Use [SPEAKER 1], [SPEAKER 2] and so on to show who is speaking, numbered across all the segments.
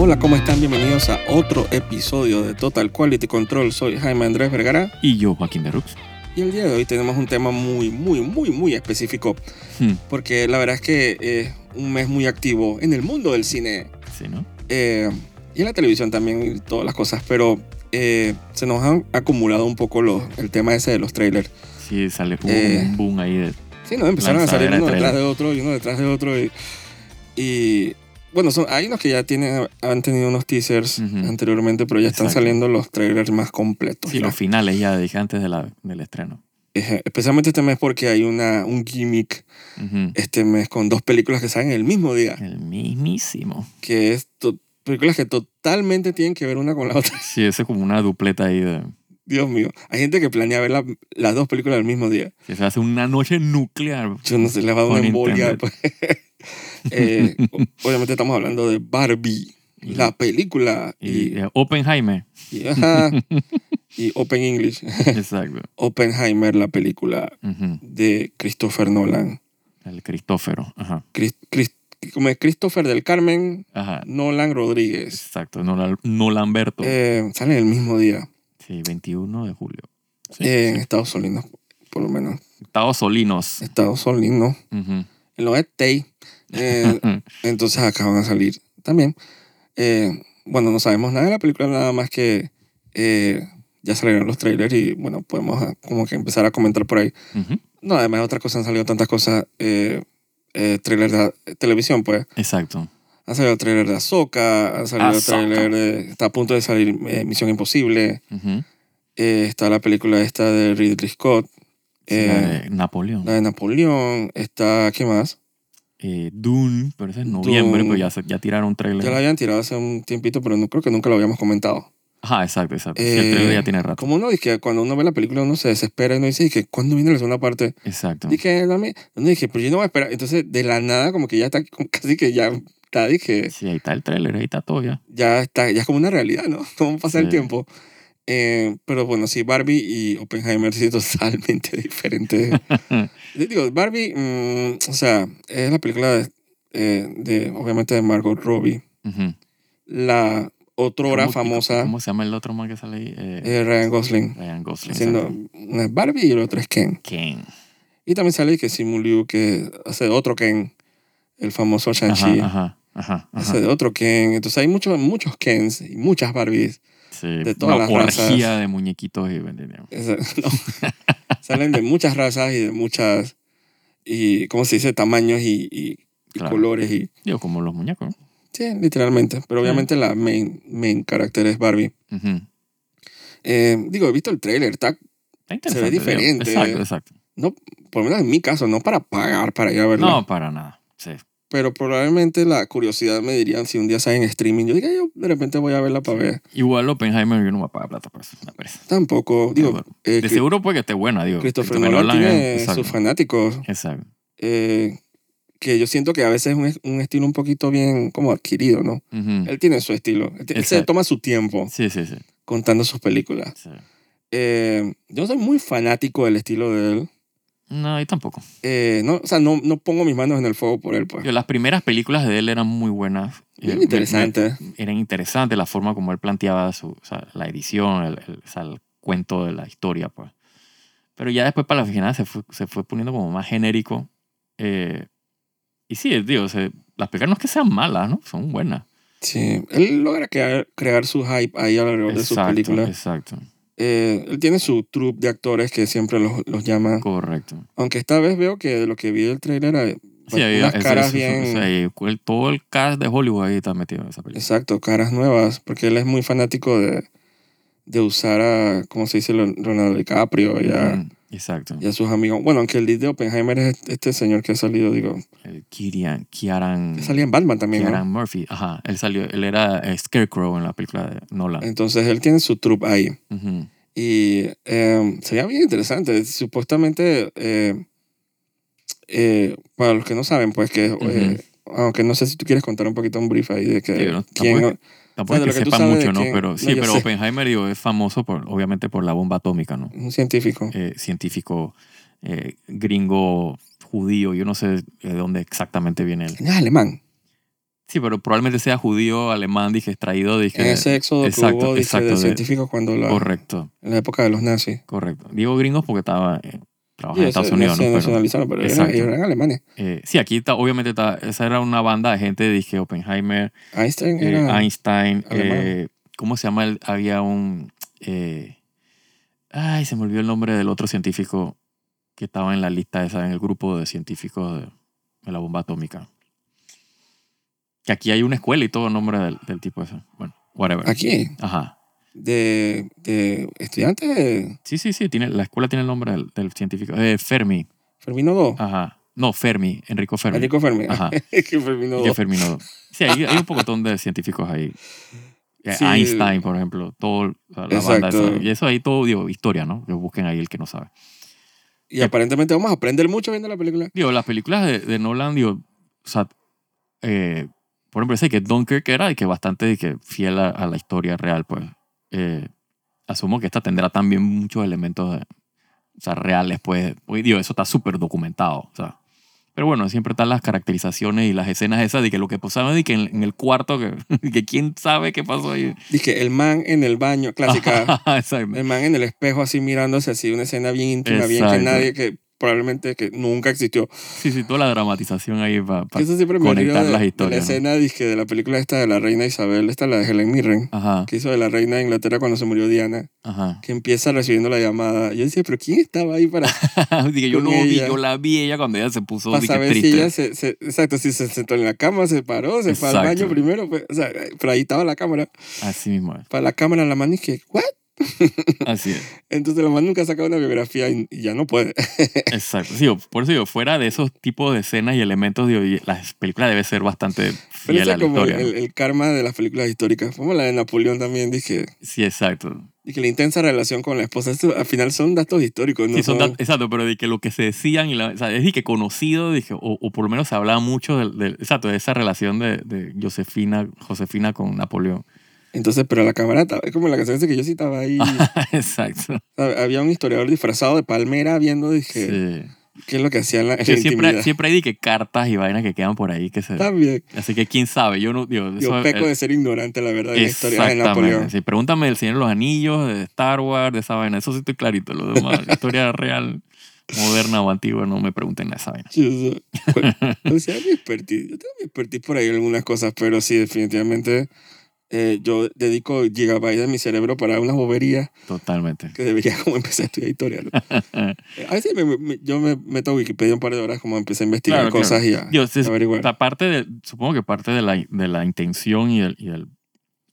[SPEAKER 1] Hola, ¿cómo están? Bienvenidos a otro episodio de Total Quality Control. Soy Jaime Andrés Vergara
[SPEAKER 2] Y yo, Joaquín de Rux.
[SPEAKER 1] y el día de hoy tenemos un tema muy, muy, muy, muy específico
[SPEAKER 2] Hmm,
[SPEAKER 1] porque la verdad es que es un mes muy activo en el mundo del cine
[SPEAKER 2] Sí, ¿no?
[SPEAKER 1] eh, y en la televisión también y todas las cosas, pero eh, se nos han acumulado un poco los, el tema ese de los trailers.
[SPEAKER 2] Sí, sale un
[SPEAKER 1] Eh.
[SPEAKER 2] boom ahí de...
[SPEAKER 1] Sí, ¿no? Empezaron a salir
[SPEAKER 2] Lanzadera de
[SPEAKER 1] uno detrás
[SPEAKER 2] trailer.
[SPEAKER 1] de otro y uno detrás de otro. Y, y, bueno, son, hay unos que ya tienen, han tenido unos teasers
[SPEAKER 2] Ujú.
[SPEAKER 1] anteriormente, pero ya están
[SPEAKER 2] Exacto.
[SPEAKER 1] saliendo los trailers más completos.
[SPEAKER 2] Sí,
[SPEAKER 1] ya.
[SPEAKER 2] los finales ya dije antes de la, del estreno.
[SPEAKER 1] Eje, Especialmente este mes porque hay una, un gimmick
[SPEAKER 2] Ujú.
[SPEAKER 1] este mes con dos películas que salen el mismo día,
[SPEAKER 2] El mismísimo.
[SPEAKER 1] que es to- películas que totalmente tienen que ver una con la otra.
[SPEAKER 2] Sí, eso es como una dupleta ahí de...
[SPEAKER 1] Dios mío, hay gente que planea ver la- las dos películas el mismo día.
[SPEAKER 2] que se hace una noche nuclear.
[SPEAKER 1] Yo no sé, les va a dar una
[SPEAKER 2] Con
[SPEAKER 1] embolia.
[SPEAKER 2] internet.
[SPEAKER 1] pues. Eh, o- obviamente estamos hablando de Barbie,
[SPEAKER 2] Y-
[SPEAKER 1] la película
[SPEAKER 2] Y,
[SPEAKER 1] y,
[SPEAKER 2] eh, Oppenheimer.
[SPEAKER 1] y, ajá, y Open English,
[SPEAKER 2] Exacto.
[SPEAKER 1] Oppenheimer, la película
[SPEAKER 2] Ujú.
[SPEAKER 1] de Christopher Nolan.
[SPEAKER 2] El Cristófero. Ajá.
[SPEAKER 1] Cris- Cris- como es Christopher del Carmen,
[SPEAKER 2] Ajá.
[SPEAKER 1] Nolan Rodríguez.
[SPEAKER 2] Exacto. Nolan, Nolanberto.
[SPEAKER 1] Eh, salen el mismo día
[SPEAKER 2] sí, 21 de julio. Sí,
[SPEAKER 1] eh, en
[SPEAKER 2] sí.
[SPEAKER 1] Estados Unidos, por lo menos.
[SPEAKER 2] Estados Solinos.
[SPEAKER 1] Estados Unidos,
[SPEAKER 2] Ujú.
[SPEAKER 1] en los States. Eh, entonces acá van a salir también. Eh, bueno, no sabemos nada de la película, nada más que eh, ya salieron los trailers y bueno, podemos ah, como que empezar a comentar por ahí.
[SPEAKER 2] Ujú.
[SPEAKER 1] No, además de otras cosas, han salido tantas cosas. Eh, eh, trailers de eh, televisión, pues.
[SPEAKER 2] Exacto.
[SPEAKER 1] Han salido trailer de Ahsoka, han salido
[SPEAKER 2] Ahsoka.
[SPEAKER 1] trailer de... Está a punto de salir eh, Misión Imposible.
[SPEAKER 2] Ujú.
[SPEAKER 1] Eh, está la película esta de Ridley Scott.
[SPEAKER 2] Sí, la
[SPEAKER 1] Eh,
[SPEAKER 2] de Napoleón.
[SPEAKER 1] la de Napoleón. Está, ¿qué más?
[SPEAKER 2] eh, Dune, pero ese es noviembre,
[SPEAKER 1] Dune.
[SPEAKER 2] pero ya, se- ya tiraron un trailer.
[SPEAKER 1] Ya la habían tirado hace un tiempito, pero no creo que nunca lo habíamos comentado.
[SPEAKER 2] Ajá, exacto, exacto. Sí,
[SPEAKER 1] Eh,
[SPEAKER 2] el trailer ya tiene rato.
[SPEAKER 1] Como uno dice que cuando uno ve la película uno se desespera y uno dice, que ¿cuándo viene la segunda parte?
[SPEAKER 2] Exacto.
[SPEAKER 1] Dije, dame. Uno dije, pero yo no voy a esperar. Entonces, de la nada, como que ya está, como casi que ya está, dije,
[SPEAKER 2] Sí, ahí está el trailer, ahí está todo ya.
[SPEAKER 1] ya está, ya es como una realidad, ¿no? ¿Cómo pasa el
[SPEAKER 2] Sí.
[SPEAKER 1] tiempo? Eh, pero bueno, sí, Barbie y Oppenheimer sí totalmente diferentes. Yo Digo, Barbie, mm, o sea, es la película de, eh, de, obviamente, de Margot Robbie.
[SPEAKER 2] Ujú.
[SPEAKER 1] La otrora
[SPEAKER 2] ¿Cómo-
[SPEAKER 1] famosa,
[SPEAKER 2] ¿Cómo se llama el otro man que sale ahí? Eh,
[SPEAKER 1] eh, Ryan Gosling,
[SPEAKER 2] Ryan Gosling.
[SPEAKER 1] haciendo
[SPEAKER 2] exacto.
[SPEAKER 1] una es Barbie y el otro es Ken.
[SPEAKER 2] Ken.
[SPEAKER 1] Y también sale que Simu Liu, que hace otro Ken, el famoso Shang-Chi,
[SPEAKER 2] Ajá, ajá, ajá. ajá.
[SPEAKER 1] hace de otro Ken. Entonces hay muchos, muchos Kens y muchas Barbies.
[SPEAKER 2] Sí,
[SPEAKER 1] de todas
[SPEAKER 2] una
[SPEAKER 1] las
[SPEAKER 2] orgía
[SPEAKER 1] razas.
[SPEAKER 2] de muñequitos y vendemos.
[SPEAKER 1] Esa- eh, no. Salen de muchas razas y de muchas, y ¿cómo se dice? Tamaños y, y- y
[SPEAKER 2] Claro.
[SPEAKER 1] colores y
[SPEAKER 2] Digo, como los muñecos.
[SPEAKER 1] Sí, literalmente. Pero
[SPEAKER 2] Sí.
[SPEAKER 1] obviamente la main, main carácter es Barbie.
[SPEAKER 2] Ujú.
[SPEAKER 1] Eh, digo, he visto el trailer, está,
[SPEAKER 2] Está
[SPEAKER 1] Se ve
[SPEAKER 2] interesante. digo.
[SPEAKER 1] diferente.
[SPEAKER 2] Exacto, exacto.
[SPEAKER 1] por lo menos en mi caso, no para pagar para ir a verla.
[SPEAKER 2] No, para nada. Sí.
[SPEAKER 1] Pero probablemente la curiosidad me dirían si un día sale en streaming. Yo diga, yo de repente voy a verla para ver.
[SPEAKER 2] Igual Oppenheimer yo no voy a pagar plata por eso, me parece.
[SPEAKER 1] Tampoco, digo,
[SPEAKER 2] Ah, bueno.
[SPEAKER 1] eh,
[SPEAKER 2] De
[SPEAKER 1] Cri-
[SPEAKER 2] seguro puede que esté buena, digo.
[SPEAKER 1] Christopher
[SPEAKER 2] Christopher
[SPEAKER 1] Nolan, tiene
[SPEAKER 2] es- exacto.
[SPEAKER 1] sus fanáticos.
[SPEAKER 2] Exacto.
[SPEAKER 1] eh, que yo siento que a veces es un, es- un estilo un poquito bien como adquirido, ¿no?
[SPEAKER 2] Ujú.
[SPEAKER 1] Él tiene su estilo. Él, ti- él se
[SPEAKER 2] Mm. Exacto.
[SPEAKER 1] toma su tiempo
[SPEAKER 2] Sí, sí, sí.
[SPEAKER 1] contando sus películas.
[SPEAKER 2] sí.
[SPEAKER 1] Eh, yo soy muy fanático del estilo de él.
[SPEAKER 2] No, y tampoco.
[SPEAKER 1] Eh, no, o sea, no, no pongo mis manos en el fuego por él, pues.
[SPEAKER 2] Yo, las primeras películas de él eran muy buenas. Eh,
[SPEAKER 1] Bien
[SPEAKER 2] me-
[SPEAKER 1] interesante.
[SPEAKER 2] me- eran interesantes la forma como él planteaba su, o sea, la edición, el, el- o sea, el cuento de la historia. Pues. Pero ya después para la final se fue, se fue poniendo como más genérico. Eh, y sí, digo, se- las películas no es que sean malas, ¿no? Son buenas.
[SPEAKER 1] Sí, él logra crear, crear su hype ahí alrededor de sus
[SPEAKER 2] Exacto,
[SPEAKER 1] películas.
[SPEAKER 2] exacto.
[SPEAKER 1] Eh, él tiene su troupe de actores que siempre los, los llama.
[SPEAKER 2] Correcto.
[SPEAKER 1] Aunque esta vez veo que de lo que vi del trailer, eh,
[SPEAKER 2] Sí, ahí-
[SPEAKER 1] unas
[SPEAKER 2] ese-
[SPEAKER 1] caras
[SPEAKER 2] ese-
[SPEAKER 1] bien...
[SPEAKER 2] ese- ahí, el- todo el cast de Hollywood ahí está metido en esa película.
[SPEAKER 1] Exacto, caras nuevas, porque él es muy fanático de, de usar a, ¿cómo se dice? Leon- Leonardo DiCaprio y a,
[SPEAKER 2] Ujú, Exacto.
[SPEAKER 1] y a sus amigos. Bueno, aunque el lead de Oppenheimer es este señor que ha salido, digo,
[SPEAKER 2] El Kieran, Kieran,
[SPEAKER 1] que salía en Batman también, ¿no?
[SPEAKER 2] Kieran Murphy. Ajá, él salió, él era eh, Scarecrow en la película de Nolan.
[SPEAKER 1] Entonces él tiene su troupe ahí.
[SPEAKER 2] Ujú.
[SPEAKER 1] Y eh, sería bien interesante. Supuestamente, eh, eh, para los que no saben, pues que, eh, aunque no sé si tú quieres contar un poquito un brief ahí de que...
[SPEAKER 2] Digo, no,
[SPEAKER 1] quién-
[SPEAKER 2] tampoco- Tampoco es
[SPEAKER 1] de lo
[SPEAKER 2] que
[SPEAKER 1] que tú
[SPEAKER 2] sepa
[SPEAKER 1] sabes de
[SPEAKER 2] mucho, ¿no?
[SPEAKER 1] quién-
[SPEAKER 2] Pero,
[SPEAKER 1] no,
[SPEAKER 2] sí,
[SPEAKER 1] yo
[SPEAKER 2] pero
[SPEAKER 1] sé.
[SPEAKER 2] Oppenheimer digo, es famoso, por, obviamente, por la bomba atómica, ¿no?
[SPEAKER 1] un científico.
[SPEAKER 2] Eh, científico eh, gringo judío, yo no sé de dónde exactamente viene él.
[SPEAKER 1] Es alemán.
[SPEAKER 2] Sí, pero probablemente sea judío, alemán, dije, extraído, dije.
[SPEAKER 1] Ese éxodo que
[SPEAKER 2] eh, exacto,
[SPEAKER 1] hubo, dije,
[SPEAKER 2] exacto,
[SPEAKER 1] de
[SPEAKER 2] de-
[SPEAKER 1] científicos cuando la,
[SPEAKER 2] Correcto,
[SPEAKER 1] en la época de los nazis.
[SPEAKER 2] correcto. Digo gringos porque estaba eh, trabajando
[SPEAKER 1] Y
[SPEAKER 2] en
[SPEAKER 1] eso,
[SPEAKER 2] Estados Unidos.
[SPEAKER 1] se
[SPEAKER 2] ¿no? Pero-
[SPEAKER 1] nacionalizaron, pero, eran,
[SPEAKER 2] Exacto.
[SPEAKER 1] ellos eran alemanes.
[SPEAKER 2] Eh, sí, aquí está, obviamente está, esa era una banda de gente, dije Oppenheimer,
[SPEAKER 1] Einstein
[SPEAKER 2] eh,
[SPEAKER 1] era...
[SPEAKER 2] Einstein,
[SPEAKER 1] alemán.
[SPEAKER 2] eh, ¿cómo se llama? el- había un... eh, ay, se me olvidó el nombre del otro científico que estaba en la lista esa, en el grupo de científicos de, de la bomba atómica. Que aquí hay una escuela y todo el nombre del, del tipo ese. Bueno, whatever.
[SPEAKER 1] Aquí,
[SPEAKER 2] Ajá.
[SPEAKER 1] de, de estudiantes de
[SPEAKER 2] Sí, sí, sí, tiene, la escuela tiene el nombre del, del científico. Eh, Fermi.
[SPEAKER 1] Fermino 2.
[SPEAKER 2] Ajá. No, Fermi, Enrico Fermi.
[SPEAKER 1] Enrico Fermi.
[SPEAKER 2] Ah, Ajá.
[SPEAKER 1] que Fermino
[SPEAKER 2] Ya
[SPEAKER 1] 2.
[SPEAKER 2] Fermino. Sí, hay, hay un pocotón de científicos ahí. Eh,
[SPEAKER 1] Sí.
[SPEAKER 2] Einstein, por ejemplo, todo la, la banda
[SPEAKER 1] Exacto.
[SPEAKER 2] esa. Y eso ahí todo, digo, historia, ¿no? Que busquen ahí el que no sabe.
[SPEAKER 1] Y aparentemente vamos a aprender mucho viendo la película.
[SPEAKER 2] Digo, las películas de, de Nolan, digo, o sea, eh, por ejemplo, sé que Dunkirk era de que bastante de que fiel a, a la historia real, pues. Eh, asumo que esta tendrá también muchos elementos de- o sea, reales, pues. Porque, digo, eso está súper documentado, o sea. Pero bueno, siempre están las caracterizaciones y las escenas esas de que lo que pasaba de que en, en el cuarto, que, que quién sabe qué pasó ahí.
[SPEAKER 1] Dije, el man en el baño, clásica.
[SPEAKER 2] Exacto.
[SPEAKER 1] el man en el espejo así mirándose así, una escena bien íntima, bien que
[SPEAKER 2] Exacto.
[SPEAKER 1] nadie, que probablemente que nunca existió.
[SPEAKER 2] Sí, sí, toda la dramatización ahí para...
[SPEAKER 1] Eso siempre me río
[SPEAKER 2] conectar
[SPEAKER 1] de, de
[SPEAKER 2] las
[SPEAKER 1] la
[SPEAKER 2] historias, ¿no?
[SPEAKER 1] escena dizque, de la película esta de la reina Isabel, esta la de Helen Mirren,
[SPEAKER 2] Ajá,
[SPEAKER 1] que hizo de la reina de Inglaterra cuando se murió Diana,
[SPEAKER 2] ajá.
[SPEAKER 1] que empieza recibiendo la llamada. Yo decía, pero ¿quién estaba ahí para,
[SPEAKER 2] Dije, yo
[SPEAKER 1] Con
[SPEAKER 2] no vi,
[SPEAKER 1] ella.
[SPEAKER 2] yo la vi ella cuando ella se puso
[SPEAKER 1] para
[SPEAKER 2] dije,
[SPEAKER 1] saber
[SPEAKER 2] triste.
[SPEAKER 1] si ella se, se- exacto, si se sentó en la cama, se paró, se fue al
[SPEAKER 2] Exacto.
[SPEAKER 1] baño primero? pues, o sea, pero ahí estaba la cámara.
[SPEAKER 2] Así mismo es.
[SPEAKER 1] Para la cámara la man dije, ¿what?
[SPEAKER 2] Así es.
[SPEAKER 1] Entonces la man nunca ha sacado una biografía y, y ya no puede.
[SPEAKER 2] Exacto. Sí, yo- por eso digo, fuera de esos tipos de escenas y elementos, digo, y las películas debe ser bastante
[SPEAKER 1] Pero
[SPEAKER 2] fiel
[SPEAKER 1] ese
[SPEAKER 2] a
[SPEAKER 1] es
[SPEAKER 2] la
[SPEAKER 1] como el,
[SPEAKER 2] historia.
[SPEAKER 1] el karma de las películas históricas. Como la de Napoleón también, dije,
[SPEAKER 2] Sí, exacto.
[SPEAKER 1] dije la intensa relación con la esposa. Esto, al final son datos históricos, no
[SPEAKER 2] Sí, son
[SPEAKER 1] son-
[SPEAKER 2] dat- exacto, pero de que lo que se decían, y la, o sea, es de que conocido, dije, o, o por lo menos se hablaba mucho del- del- exacto, de esa relación de, de Josefina, Josefina con Napoleón.
[SPEAKER 1] Entonces, pero la camarata, es como la canción dice que yo sí estaba ahí.
[SPEAKER 2] exacto.
[SPEAKER 1] ¿sabe? Había un historiador disfrazado de palmera viendo, dije,
[SPEAKER 2] Sí.
[SPEAKER 1] qué es lo que hacían la,
[SPEAKER 2] Es
[SPEAKER 1] la
[SPEAKER 2] que siempre,
[SPEAKER 1] intimidad.
[SPEAKER 2] siempre hay de que cartas y vainas que quedan por ahí que se...
[SPEAKER 1] También,
[SPEAKER 2] Así que quién sabe, yo no... Digo,
[SPEAKER 1] yo
[SPEAKER 2] eso-
[SPEAKER 1] peco
[SPEAKER 2] eh,
[SPEAKER 1] de ser ignorante, la verdad, de la historia de
[SPEAKER 2] Exactamente.
[SPEAKER 1] Napoleón.
[SPEAKER 2] Sí, pregúntame del Señor de los Anillos, de Star Wars, de esa vaina. Eso sí estoy clarito. Lo demás, la historia real, moderna o antigua, no me pregunten esa vaina.
[SPEAKER 1] Yo so- o sea, mi expertise, yo tengo mi expertise por ahí en algunas cosas, pero sí, definitivamente eh, yo dedico gigabytes de mi cerebro para unas boberías
[SPEAKER 2] Totalmente.
[SPEAKER 1] que debería como empezar a estudiar historia. ¿no? Eh, a veces me- me- yo me meto a Wikipedia un par de horas como empecé a investigar
[SPEAKER 2] Claro,
[SPEAKER 1] cosas y a,
[SPEAKER 2] Digo, sí,
[SPEAKER 1] a averiguar.
[SPEAKER 2] ta- parte de, supongo que parte de la, de la intención y el, y el,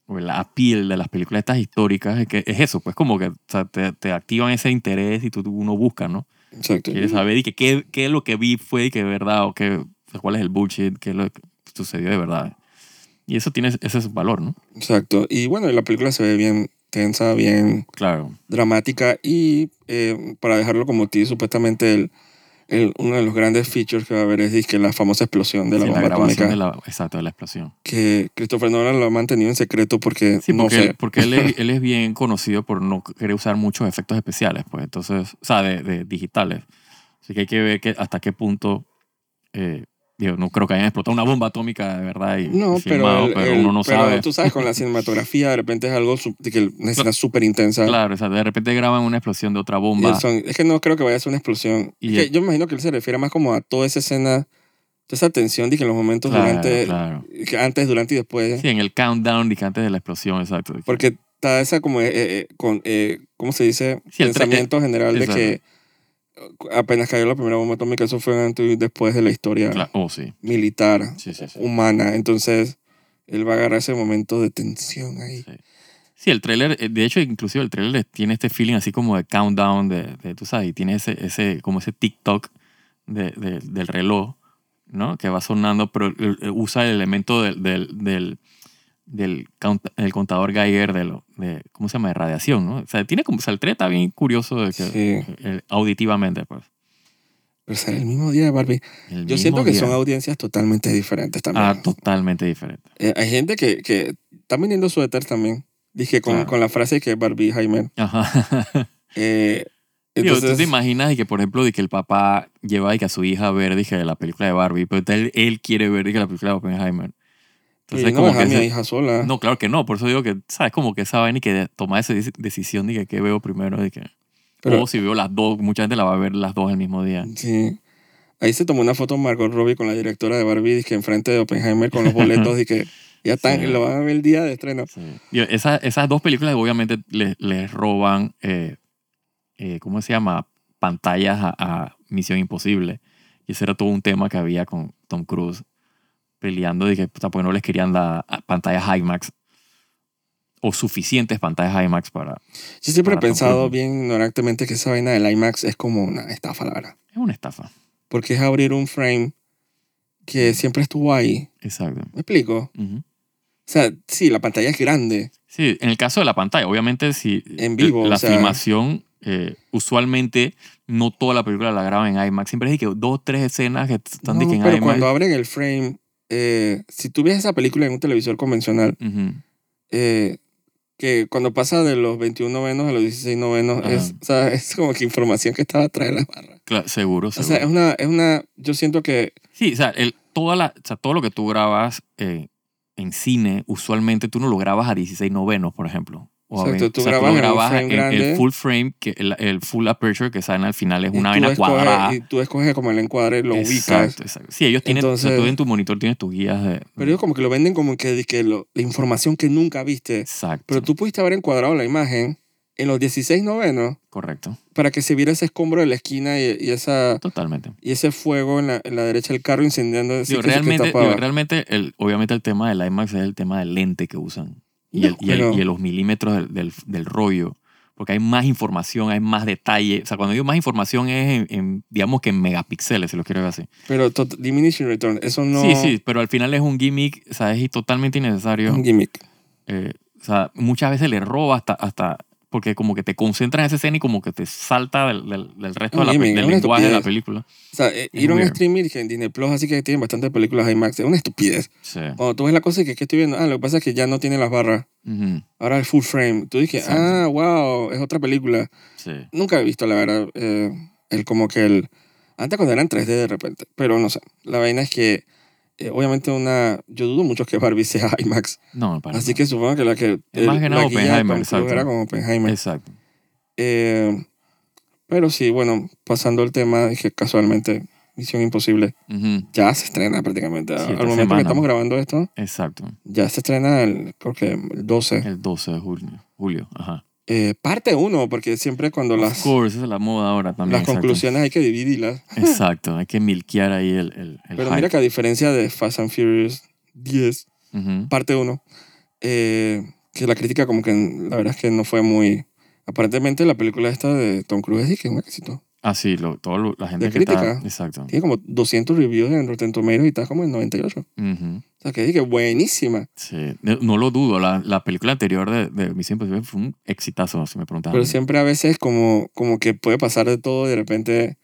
[SPEAKER 2] o el appeal de las películas estas históricas es, que, es eso, pues como que o sea, te, te activan ese interés y tú, tú- uno busca, ¿no?
[SPEAKER 1] Exacto.
[SPEAKER 2] Quieres saber y que qué, qué es lo que vi fue y que es verdad o qué, o sea, cuál es el bullshit, qué es lo que sucedió de verdad. Y eso tiene ese es valor, ¿no?
[SPEAKER 1] Exacto. Y bueno, la película se ve bien tensa, bien
[SPEAKER 2] Claro.
[SPEAKER 1] dramática y eh, para dejarlo como ti, supuestamente el, el- uno de los grandes features que va a haber es dizque, la famosa explosión de la
[SPEAKER 2] Sí,
[SPEAKER 1] bomba
[SPEAKER 2] grabación
[SPEAKER 1] atómica
[SPEAKER 2] de la, exacto, de la explosión.
[SPEAKER 1] que Christopher Nolan lo ha mantenido en secreto porque,
[SPEAKER 2] Sí,
[SPEAKER 1] Eh, no
[SPEAKER 2] porque,
[SPEAKER 1] sé.
[SPEAKER 2] él, porque él, es, él es bien conocido por no querer usar muchos efectos especiales, pues entonces, o sea, de, de digitales. Así que hay que ver que hasta qué punto, eh, digo, no creo que hayan explotado una bomba atómica de verdad y
[SPEAKER 1] No, pero,
[SPEAKER 2] filmado,
[SPEAKER 1] el-
[SPEAKER 2] pero
[SPEAKER 1] el-
[SPEAKER 2] uno no
[SPEAKER 1] pero
[SPEAKER 2] sabe.
[SPEAKER 1] tú sabes, con la cinematografía de repente es algo su- de que una escena súper intensa.
[SPEAKER 2] Claro, o sea, de repente graban una explosión de otra
[SPEAKER 1] Y
[SPEAKER 2] bomba.
[SPEAKER 1] el son- es que no creo que vaya a ser una explosión.
[SPEAKER 2] Y
[SPEAKER 1] Es que
[SPEAKER 2] el-
[SPEAKER 1] yo me imagino que él se refiere más como a toda esa escena, toda esa tensión de que en los momentos
[SPEAKER 2] claro,
[SPEAKER 1] durante,
[SPEAKER 2] claro.
[SPEAKER 1] que antes, durante y después.
[SPEAKER 2] Sí, en el countdown de que antes de la explosión, exacto. de que-
[SPEAKER 1] Porque está esa como, eh, eh, con, eh, ¿cómo se dice?
[SPEAKER 2] Sí, el tra-
[SPEAKER 1] Pensamiento general de
[SPEAKER 2] exacto.
[SPEAKER 1] que apenas cayó la primera bomba atómica, eso fue antes y después de la historia
[SPEAKER 2] Cla- oh, sí.
[SPEAKER 1] militar
[SPEAKER 2] Sí, sí, sí.
[SPEAKER 1] humana. Entonces, él va a agarrar ese momento de tensión ahí.
[SPEAKER 2] Sí. Sí, el tráiler, eh, de hecho, inclusive el tráiler tiene este feeling así como de countdown, de, de, tú sabes, y tiene ese, ese, como ese tic-toc de- de- del reloj, ¿no? Que va sonando, pero el- el- usa el elemento del, del, del, del count- el contador Geiger de, lo, de, ¿cómo se llama? De radiación, ¿no? O sea, tiene como, o sea, el trailer está bien curioso de que,
[SPEAKER 1] Sí.
[SPEAKER 2] eh, auditivamente, pues.
[SPEAKER 1] Pero será el mismo día de Barbie.
[SPEAKER 2] El
[SPEAKER 1] Yo
[SPEAKER 2] mismo
[SPEAKER 1] siento que
[SPEAKER 2] día.
[SPEAKER 1] son audiencias totalmente diferentes también.
[SPEAKER 2] Ah, totalmente diferente.
[SPEAKER 1] Eh, hay gente que, que está vendiendo suéter también. Dije con,
[SPEAKER 2] Claro.
[SPEAKER 1] con la frase que Barbie Heimer.
[SPEAKER 2] Ajá.
[SPEAKER 1] Eh,
[SPEAKER 2] Digo,
[SPEAKER 1] entonces,
[SPEAKER 2] ¿tú te imaginas de que, por ejemplo, de que el papá lleva de que a su hija a ver, dije, la película de Barbie, pero tal- él, quiere ver, dije, la película de Oppenheimer?
[SPEAKER 1] Entonces,
[SPEAKER 2] como
[SPEAKER 1] no dejar a
[SPEAKER 2] que
[SPEAKER 1] mi
[SPEAKER 2] ese-
[SPEAKER 1] hija sola.
[SPEAKER 2] No, claro que no. Por eso digo que, ¿sabes? Como que esa vaina y que de- tomar esa dec- decisión de que qué veo primero. De que,
[SPEAKER 1] Pero-
[SPEAKER 2] o si veo las dos, mucha gente la va a ver las dos al mismo día.
[SPEAKER 1] Sí. Ahí se tomó una foto Margot Robbie con la directora de Barbie, que enfrente de Oppenheimer con los boletos y que ya están,
[SPEAKER 2] Sí.
[SPEAKER 1] lo van a ver el día de estreno.
[SPEAKER 2] Sí. Y esa- esas dos películas obviamente les, les roban, eh, eh, ¿cómo se llama? Pantallas a, a Misión Imposible. Y ese era todo un tema que había con Tom Cruise peleando de que puta, ¿por qué no les querían las pantallas IMAX o suficientes pantallas IMAX para...
[SPEAKER 1] Yo siempre he
[SPEAKER 2] Para Tom
[SPEAKER 1] pensado
[SPEAKER 2] Cruise.
[SPEAKER 1] bien ignorantemente que esa vaina del IMAX es como una estafa, la verdad.
[SPEAKER 2] Es una estafa.
[SPEAKER 1] Porque es abrir un frame que
[SPEAKER 2] Mm.
[SPEAKER 1] siempre estuvo ahí.
[SPEAKER 2] Exacto.
[SPEAKER 1] ¿Me explico? O
[SPEAKER 2] Ujú.
[SPEAKER 1] sea, sí, la pantalla es grande.
[SPEAKER 2] Sí, en el caso de la pantalla, obviamente si
[SPEAKER 1] En vivo,
[SPEAKER 2] la
[SPEAKER 1] o sea.
[SPEAKER 2] filmación eh, usualmente no toda la película la graban en IMAX, siempre es de que dos, tres escenas que están de
[SPEAKER 1] No,
[SPEAKER 2] que en
[SPEAKER 1] pero
[SPEAKER 2] IMAX.
[SPEAKER 1] cuando abren el frame, eh, si tú ves esa película en un televisor convencional,
[SPEAKER 2] Ujú.
[SPEAKER 1] eh, que cuando pasa de los 21 novenos a los 16 novenos,
[SPEAKER 2] Ajá.
[SPEAKER 1] es, o sea, es como que información que estaba atrás de las barras.
[SPEAKER 2] Cla- seguro,
[SPEAKER 1] O
[SPEAKER 2] seguro.
[SPEAKER 1] sea, es una, es una, yo siento que,
[SPEAKER 2] sí, o sea, el- toda la, o sea, todo lo que tú grabas eh, en cine, usualmente tú no lo grabas a 16 novenos, por ejemplo. O a
[SPEAKER 1] Exacto,
[SPEAKER 2] 20.
[SPEAKER 1] tú
[SPEAKER 2] O sea,
[SPEAKER 1] grabas en un
[SPEAKER 2] lo grabas
[SPEAKER 1] frame
[SPEAKER 2] en el
[SPEAKER 1] grande.
[SPEAKER 2] full frame, que el, el full aperture que salen al final es
[SPEAKER 1] y
[SPEAKER 2] una
[SPEAKER 1] tú,
[SPEAKER 2] vaina cuadrada.
[SPEAKER 1] escoges, y tú escoges como el encuadre, lo ubicas.
[SPEAKER 2] exacto, exacto. Sí, ellos tienen, o sea,
[SPEAKER 1] Entonces-
[SPEAKER 2] tú en tu monitor tienes tus guías de...
[SPEAKER 1] Pero ellos como que lo venden como que, que lo- la información que nunca viste.
[SPEAKER 2] Exacto,
[SPEAKER 1] Pero tú pudiste haber encuadrado la imagen en los 16 novenos
[SPEAKER 2] correcto,
[SPEAKER 1] para que se viera ese escombro de la esquina y, y esa,
[SPEAKER 2] totalmente.
[SPEAKER 1] y ese fuego en la, en la derecha del carro incendiando. así
[SPEAKER 2] Digo,
[SPEAKER 1] que se te
[SPEAKER 2] realmente,
[SPEAKER 1] tapaba.
[SPEAKER 2] digo, realmente el, obviamente el tema del IMAX es el tema del lente que usan y,
[SPEAKER 1] No,
[SPEAKER 2] el, y, el-
[SPEAKER 1] pero-
[SPEAKER 2] y los milímetros del, del- del rollo, porque hay más información, hay más detalle. O sea, cuando digo más información es en, en, digamos que en megapíxeles, si lo quiero ver así.
[SPEAKER 1] Pero tot- diminishing return, eso no
[SPEAKER 2] Sí, sí, pero al final es un gimmick, o sea, es y totalmente
[SPEAKER 1] es
[SPEAKER 2] innecesario.
[SPEAKER 1] un gimmick.
[SPEAKER 2] Eh, o sea, muchas veces le roba hasta, hasta porque como que te concentras en esa escena y como que te salta del, del- del resto
[SPEAKER 1] Un
[SPEAKER 2] de la pe-
[SPEAKER 1] gimmick,
[SPEAKER 2] del
[SPEAKER 1] una
[SPEAKER 2] lenguaje de la
[SPEAKER 1] estupidez.
[SPEAKER 2] película.
[SPEAKER 1] O sea, eh,
[SPEAKER 2] Es
[SPEAKER 1] ir a un
[SPEAKER 2] weird.
[SPEAKER 1] streaming que en Disney Plus, así que tienen bastantes películas IMAX, es una estupidez.
[SPEAKER 2] Sí.
[SPEAKER 1] Cuando tú ves la cosa y que, ¿qué estoy viendo, ah, lo que pasa es que ya no tiene las barras,
[SPEAKER 2] Ujú,
[SPEAKER 1] ahora es full frame. Tú dije,
[SPEAKER 2] Exacto.
[SPEAKER 1] ah, wow, es otra película.
[SPEAKER 2] sí.
[SPEAKER 1] Nunca he visto, la verdad, eh, el como que el... Antes cuando eran 3D de repente, pero no sé. La vaina es que, eh, obviamente, una... Yo dudo mucho que Barbie sea IMAX.
[SPEAKER 2] No, para
[SPEAKER 1] así que supongo que la que...
[SPEAKER 2] Es más que nada
[SPEAKER 1] la guía de Tom
[SPEAKER 2] Oppenheimer,
[SPEAKER 1] Cruise
[SPEAKER 2] exacto.
[SPEAKER 1] era como Oppenheimer.
[SPEAKER 2] Exacto.
[SPEAKER 1] Eh, pero sí, bueno, pasando al tema, dije casualmente, Misión Imposible
[SPEAKER 2] Ujú,
[SPEAKER 1] ya se estrena prácticamente.
[SPEAKER 2] Sí,
[SPEAKER 1] al
[SPEAKER 2] esta
[SPEAKER 1] momento
[SPEAKER 2] semana.
[SPEAKER 1] que estamos grabando esto,
[SPEAKER 2] Exacto.
[SPEAKER 1] ya se estrena el, creo que el 12.
[SPEAKER 2] El 12 de julio. Julio, ajá.
[SPEAKER 1] Eh, parte 1, porque siempre cuando
[SPEAKER 2] Of
[SPEAKER 1] las,
[SPEAKER 2] course, esa es la moda ahora también.
[SPEAKER 1] las
[SPEAKER 2] exacto.
[SPEAKER 1] conclusiones hay que dividirlas.
[SPEAKER 2] Exacto, hay que milquear ahí el, el, el
[SPEAKER 1] Pero
[SPEAKER 2] hype.
[SPEAKER 1] mira que a diferencia de Fast and Furious 10,
[SPEAKER 2] Ujú,
[SPEAKER 1] parte 1, que la crítica como que la verdad es que no fue muy... Aparentemente la película esta de Tom Cruise es que un éxito.
[SPEAKER 2] Ah, sí, lo, todo lo- la gente
[SPEAKER 1] De
[SPEAKER 2] que está...
[SPEAKER 1] crítica.
[SPEAKER 2] Exacto.
[SPEAKER 1] Tiene como 200 reviews en Rotten Tomatoes y está como en 98.
[SPEAKER 2] Ujú,
[SPEAKER 1] O sea, que dije, buenísima.
[SPEAKER 2] sí. No, no lo dudo, la, la película anterior de, de Misión Imposible fue un exitazo, si me preguntas. a
[SPEAKER 1] Pero
[SPEAKER 2] mí.
[SPEAKER 1] siempre a veces como, como que puede pasar de todo y de repente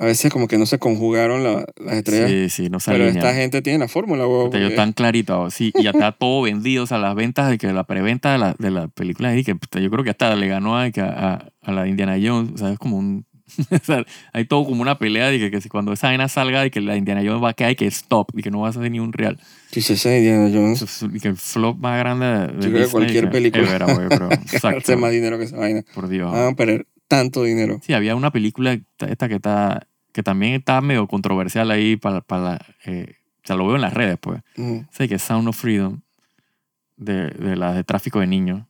[SPEAKER 1] a veces como que no se conjugaron la- las estrellas.
[SPEAKER 2] Sí, sí, no se
[SPEAKER 1] ¿eh? pero
[SPEAKER 2] alinean.
[SPEAKER 1] esta gente tiene la fórmula, huevón,
[SPEAKER 2] Puta, yo
[SPEAKER 1] porque-
[SPEAKER 2] tan clarito, oh, sí, y ya está todo vendido, o sea, las ventas de que la preventa de la, de la película ahí, que puta, yo creo que hasta le ganó a, que a, a- a la Indiana Jones, o sea, es como un... o sea, hay todo como una pelea de que, que si cuando esa vaina salga de que la Indiana Jones va a quedar y que stop y que no vas a hacer ni un real.
[SPEAKER 1] Dice, "Sí, Indiana Jones.
[SPEAKER 2] Eso es un- y que el flop más grande de, de
[SPEAKER 1] creo que cualquier
[SPEAKER 2] que
[SPEAKER 1] película.
[SPEAKER 2] ever, güey, bro.
[SPEAKER 1] Hace Ah.
[SPEAKER 2] Exacto, Ah.
[SPEAKER 1] más dinero que esa vaina.
[SPEAKER 2] por Dios.
[SPEAKER 1] Van a perder tanto dinero.
[SPEAKER 2] Sí, había una película esta- esta que está que también está medio controversial ahí para, para la, eh, o sea, lo veo en las redes, pues.
[SPEAKER 1] Mm.
[SPEAKER 2] Sí, que Sound of Freedom, de, de la de tráfico de niños.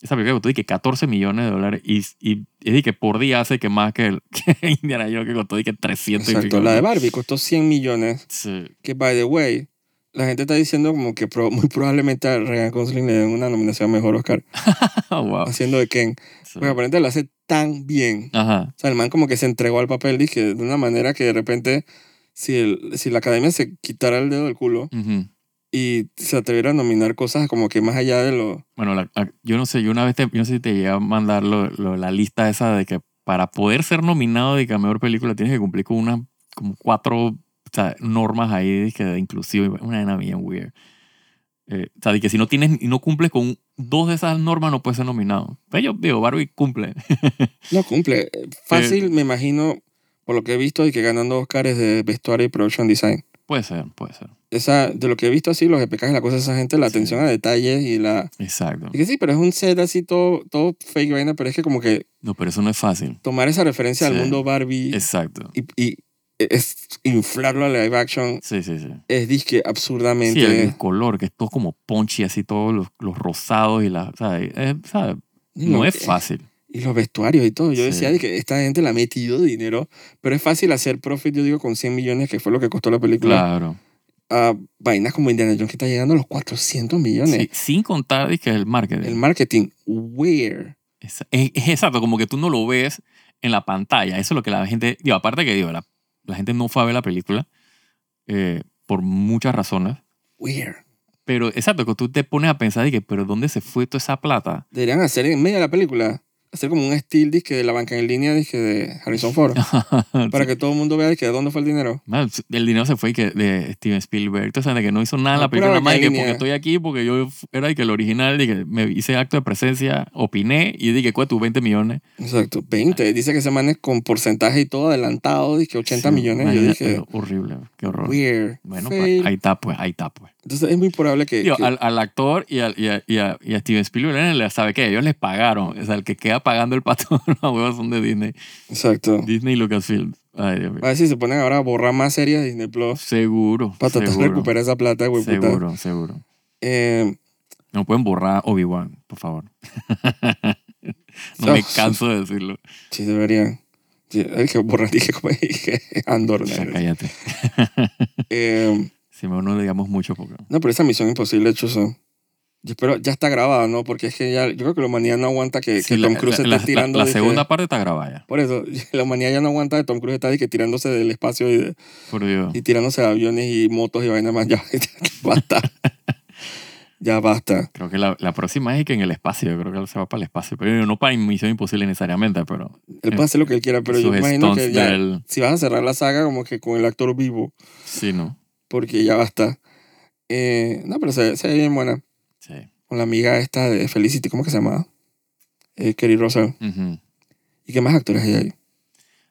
[SPEAKER 2] Esa película que tú que 14 millones de dólares y, y, y di que por día hace que más que, el, que Indiana Jones que costó di que 300 y
[SPEAKER 1] Exacto.
[SPEAKER 2] pico.
[SPEAKER 1] La de
[SPEAKER 2] ¿no?
[SPEAKER 1] Barbie costó 100 millones.
[SPEAKER 2] Sí,
[SPEAKER 1] Que, by the way, la gente está diciendo como que pro- muy probablemente a Ryan Gosling le den una nominación a Mejor Oscar.
[SPEAKER 2] Oh, wow.
[SPEAKER 1] Haciendo de Ken.
[SPEAKER 2] Ah. Sí.
[SPEAKER 1] Pues aparentemente lo hace tan bien.
[SPEAKER 2] Ajá,
[SPEAKER 1] O sea, el man como que se entregó al papel, dije, de una manera que de repente, si, el- si la academia se quitara el dedo del culo
[SPEAKER 2] ujú.
[SPEAKER 1] y se atreviera a nominar cosas como que más allá de lo...
[SPEAKER 2] Bueno, la- la- yo no sé, yo una vez te, yo no sé si te llegué a mandar lo- lo- la lista esa de que para poder ser nominado de que a mejor película tienes que cumplir con unas como cuatro o sea, normas ahí que de inclusive una vaina bien weird. Eh, o sea, de que si no tienes y no cumples con dos de esas normas no puedes ser nominado. Pero yo digo, Barbie cumple.
[SPEAKER 1] No cumple. Fácil, me imagino, por lo que he visto, y que ganando Oscars de vestuario y production design.
[SPEAKER 2] Puede ser, puede ser.
[SPEAKER 1] Esa, de lo que he visto así, los EPKs y la cosa de esa gente, la
[SPEAKER 2] Sí.
[SPEAKER 1] atención a detalles y la...
[SPEAKER 2] Exacto.
[SPEAKER 1] Es que sí, pero es un set así todo, todo fake vaina, pero es que como que
[SPEAKER 2] No, pero eso no es fácil.
[SPEAKER 1] tomar esa referencia
[SPEAKER 2] Sí.
[SPEAKER 1] al mundo Barbie
[SPEAKER 2] Exacto.
[SPEAKER 1] y, y e, es inflarlo a live action
[SPEAKER 2] Sí, sí, sí.
[SPEAKER 1] es disque
[SPEAKER 2] Sí, el,
[SPEAKER 1] absurdamente...
[SPEAKER 2] el color, que es todo como ponchi, así todos los, los rosados y las... ¿sabes? Eh, ¿sabes?
[SPEAKER 1] No,
[SPEAKER 2] No es
[SPEAKER 1] eh,
[SPEAKER 2] fácil.
[SPEAKER 1] Y los vestuarios y todo. Yo
[SPEAKER 2] Sí.
[SPEAKER 1] decía de que esta gente le ha metido dinero, pero es fácil hacer profit, yo digo, con 100 millones, que fue lo que costó la película.
[SPEAKER 2] Claro.
[SPEAKER 1] a vainas como Indiana Jones que está llegando a los 400 millones.
[SPEAKER 2] Sí, sin contar es que el marketing.
[SPEAKER 1] El marketing, where?
[SPEAKER 2] Esa- Es, es exacto, como que tú no lo ves en la pantalla. Eso es lo que la gente. Digo, aparte que digo, la, la gente no fue a ver la película eh, por muchas razones.
[SPEAKER 1] Where?
[SPEAKER 2] Pero exacto, que tú te pones a pensar de que, pero ¿dónde se fue toda esa plata?
[SPEAKER 1] Deberían hacer en medio de la película, hacer como un steel disque de la banca en línea disque de Harrison Ford. para que todo el mundo vea de que dónde fue el dinero.
[SPEAKER 2] Man, el dinero se fue y que de Steven Spielberg. Entonces, de que no hizo nada en
[SPEAKER 1] La
[SPEAKER 2] la película,
[SPEAKER 1] Ah, pura
[SPEAKER 2] nada más de que
[SPEAKER 1] vacalinea.
[SPEAKER 2] porque estoy aquí, porque yo era de que el original, de que me hice acto de presencia, opiné y dije, ¿cuál tus 20 millones?
[SPEAKER 1] Exacto, 20. Dice que se manes con porcentaje y todo adelantado, dije 80
[SPEAKER 2] Sí,
[SPEAKER 1] millones. Yo
[SPEAKER 2] imagínate,
[SPEAKER 1] dije,
[SPEAKER 2] pero Horrible, qué horror.
[SPEAKER 1] where?
[SPEAKER 2] Bueno,
[SPEAKER 1] Fail.
[SPEAKER 2] pa- ahí está, pues, ahí está, pues.
[SPEAKER 1] Entonces es muy probable que,
[SPEAKER 2] Digo,
[SPEAKER 1] que-
[SPEAKER 2] al, al actor y, al- y a, y a- y a Steven Spielberg, le- ¿sabe qué? Ellos les pagaron. O sea, el que queda pagando el patrón, los huevos son de Disney.
[SPEAKER 1] Exacto.
[SPEAKER 2] Disney y Lucasfilm. Ay, Dios mío.
[SPEAKER 1] A ver si se ponen ahora a borrar más series de Disney Plus
[SPEAKER 2] Seguro.
[SPEAKER 1] para tratar de
[SPEAKER 2] seguro,
[SPEAKER 1] recuperar esa plata, güey, puta.
[SPEAKER 2] seguro, seguro.
[SPEAKER 1] Eh,
[SPEAKER 2] No pueden borrar Obi-Wan, por favor. no me canso de decirlo.
[SPEAKER 1] ah, Sí, deberían. Sí, hay que borrar, dije, como dije, Andor.
[SPEAKER 2] O sea,
[SPEAKER 1] ¿no?
[SPEAKER 2] cállate.
[SPEAKER 1] Eh,
[SPEAKER 2] Si mejor no le digamos mucho porque...
[SPEAKER 1] no, pero esa misión imposible, Chuzo. Yo espero, ya está grabada, ¿no? Porque es que ya, yo creo que la humanidad no aguanta que,
[SPEAKER 2] Sí,
[SPEAKER 1] que
[SPEAKER 2] la,
[SPEAKER 1] Tom Cruise esté
[SPEAKER 2] la- la- la-
[SPEAKER 1] tirando.
[SPEAKER 2] la
[SPEAKER 1] dije-
[SPEAKER 2] segunda parte está grabada ya.
[SPEAKER 1] Por eso, la humanidad ya no aguanta de Tom Cruise está dije, tirándose del espacio y, de-
[SPEAKER 2] Por Dios.
[SPEAKER 1] y tirándose de aviones y motos y vainas más. Ya, basta. ya basta.
[SPEAKER 2] Creo que la, la próxima es que en el espacio. Yo creo que se va para el espacio. Pero no para Misión Imposible necesariamente, pero...
[SPEAKER 1] Él puede hacer lo que él quiera, pero yo
[SPEAKER 2] sus
[SPEAKER 1] imagino
[SPEAKER 2] stunts
[SPEAKER 1] que ya,
[SPEAKER 2] del-
[SPEAKER 1] si vas a cerrar la saga, como que con el actor vivo,
[SPEAKER 2] Sí, no.
[SPEAKER 1] porque ya basta. Eh, no, pero se, se ve bien buena.
[SPEAKER 2] Sí.
[SPEAKER 1] con la amiga esta de Felicity, ¿cómo que se llamaba? Eh, Kerry Russell.
[SPEAKER 2] Ujú.
[SPEAKER 1] ¿Y qué más actores hay ahí?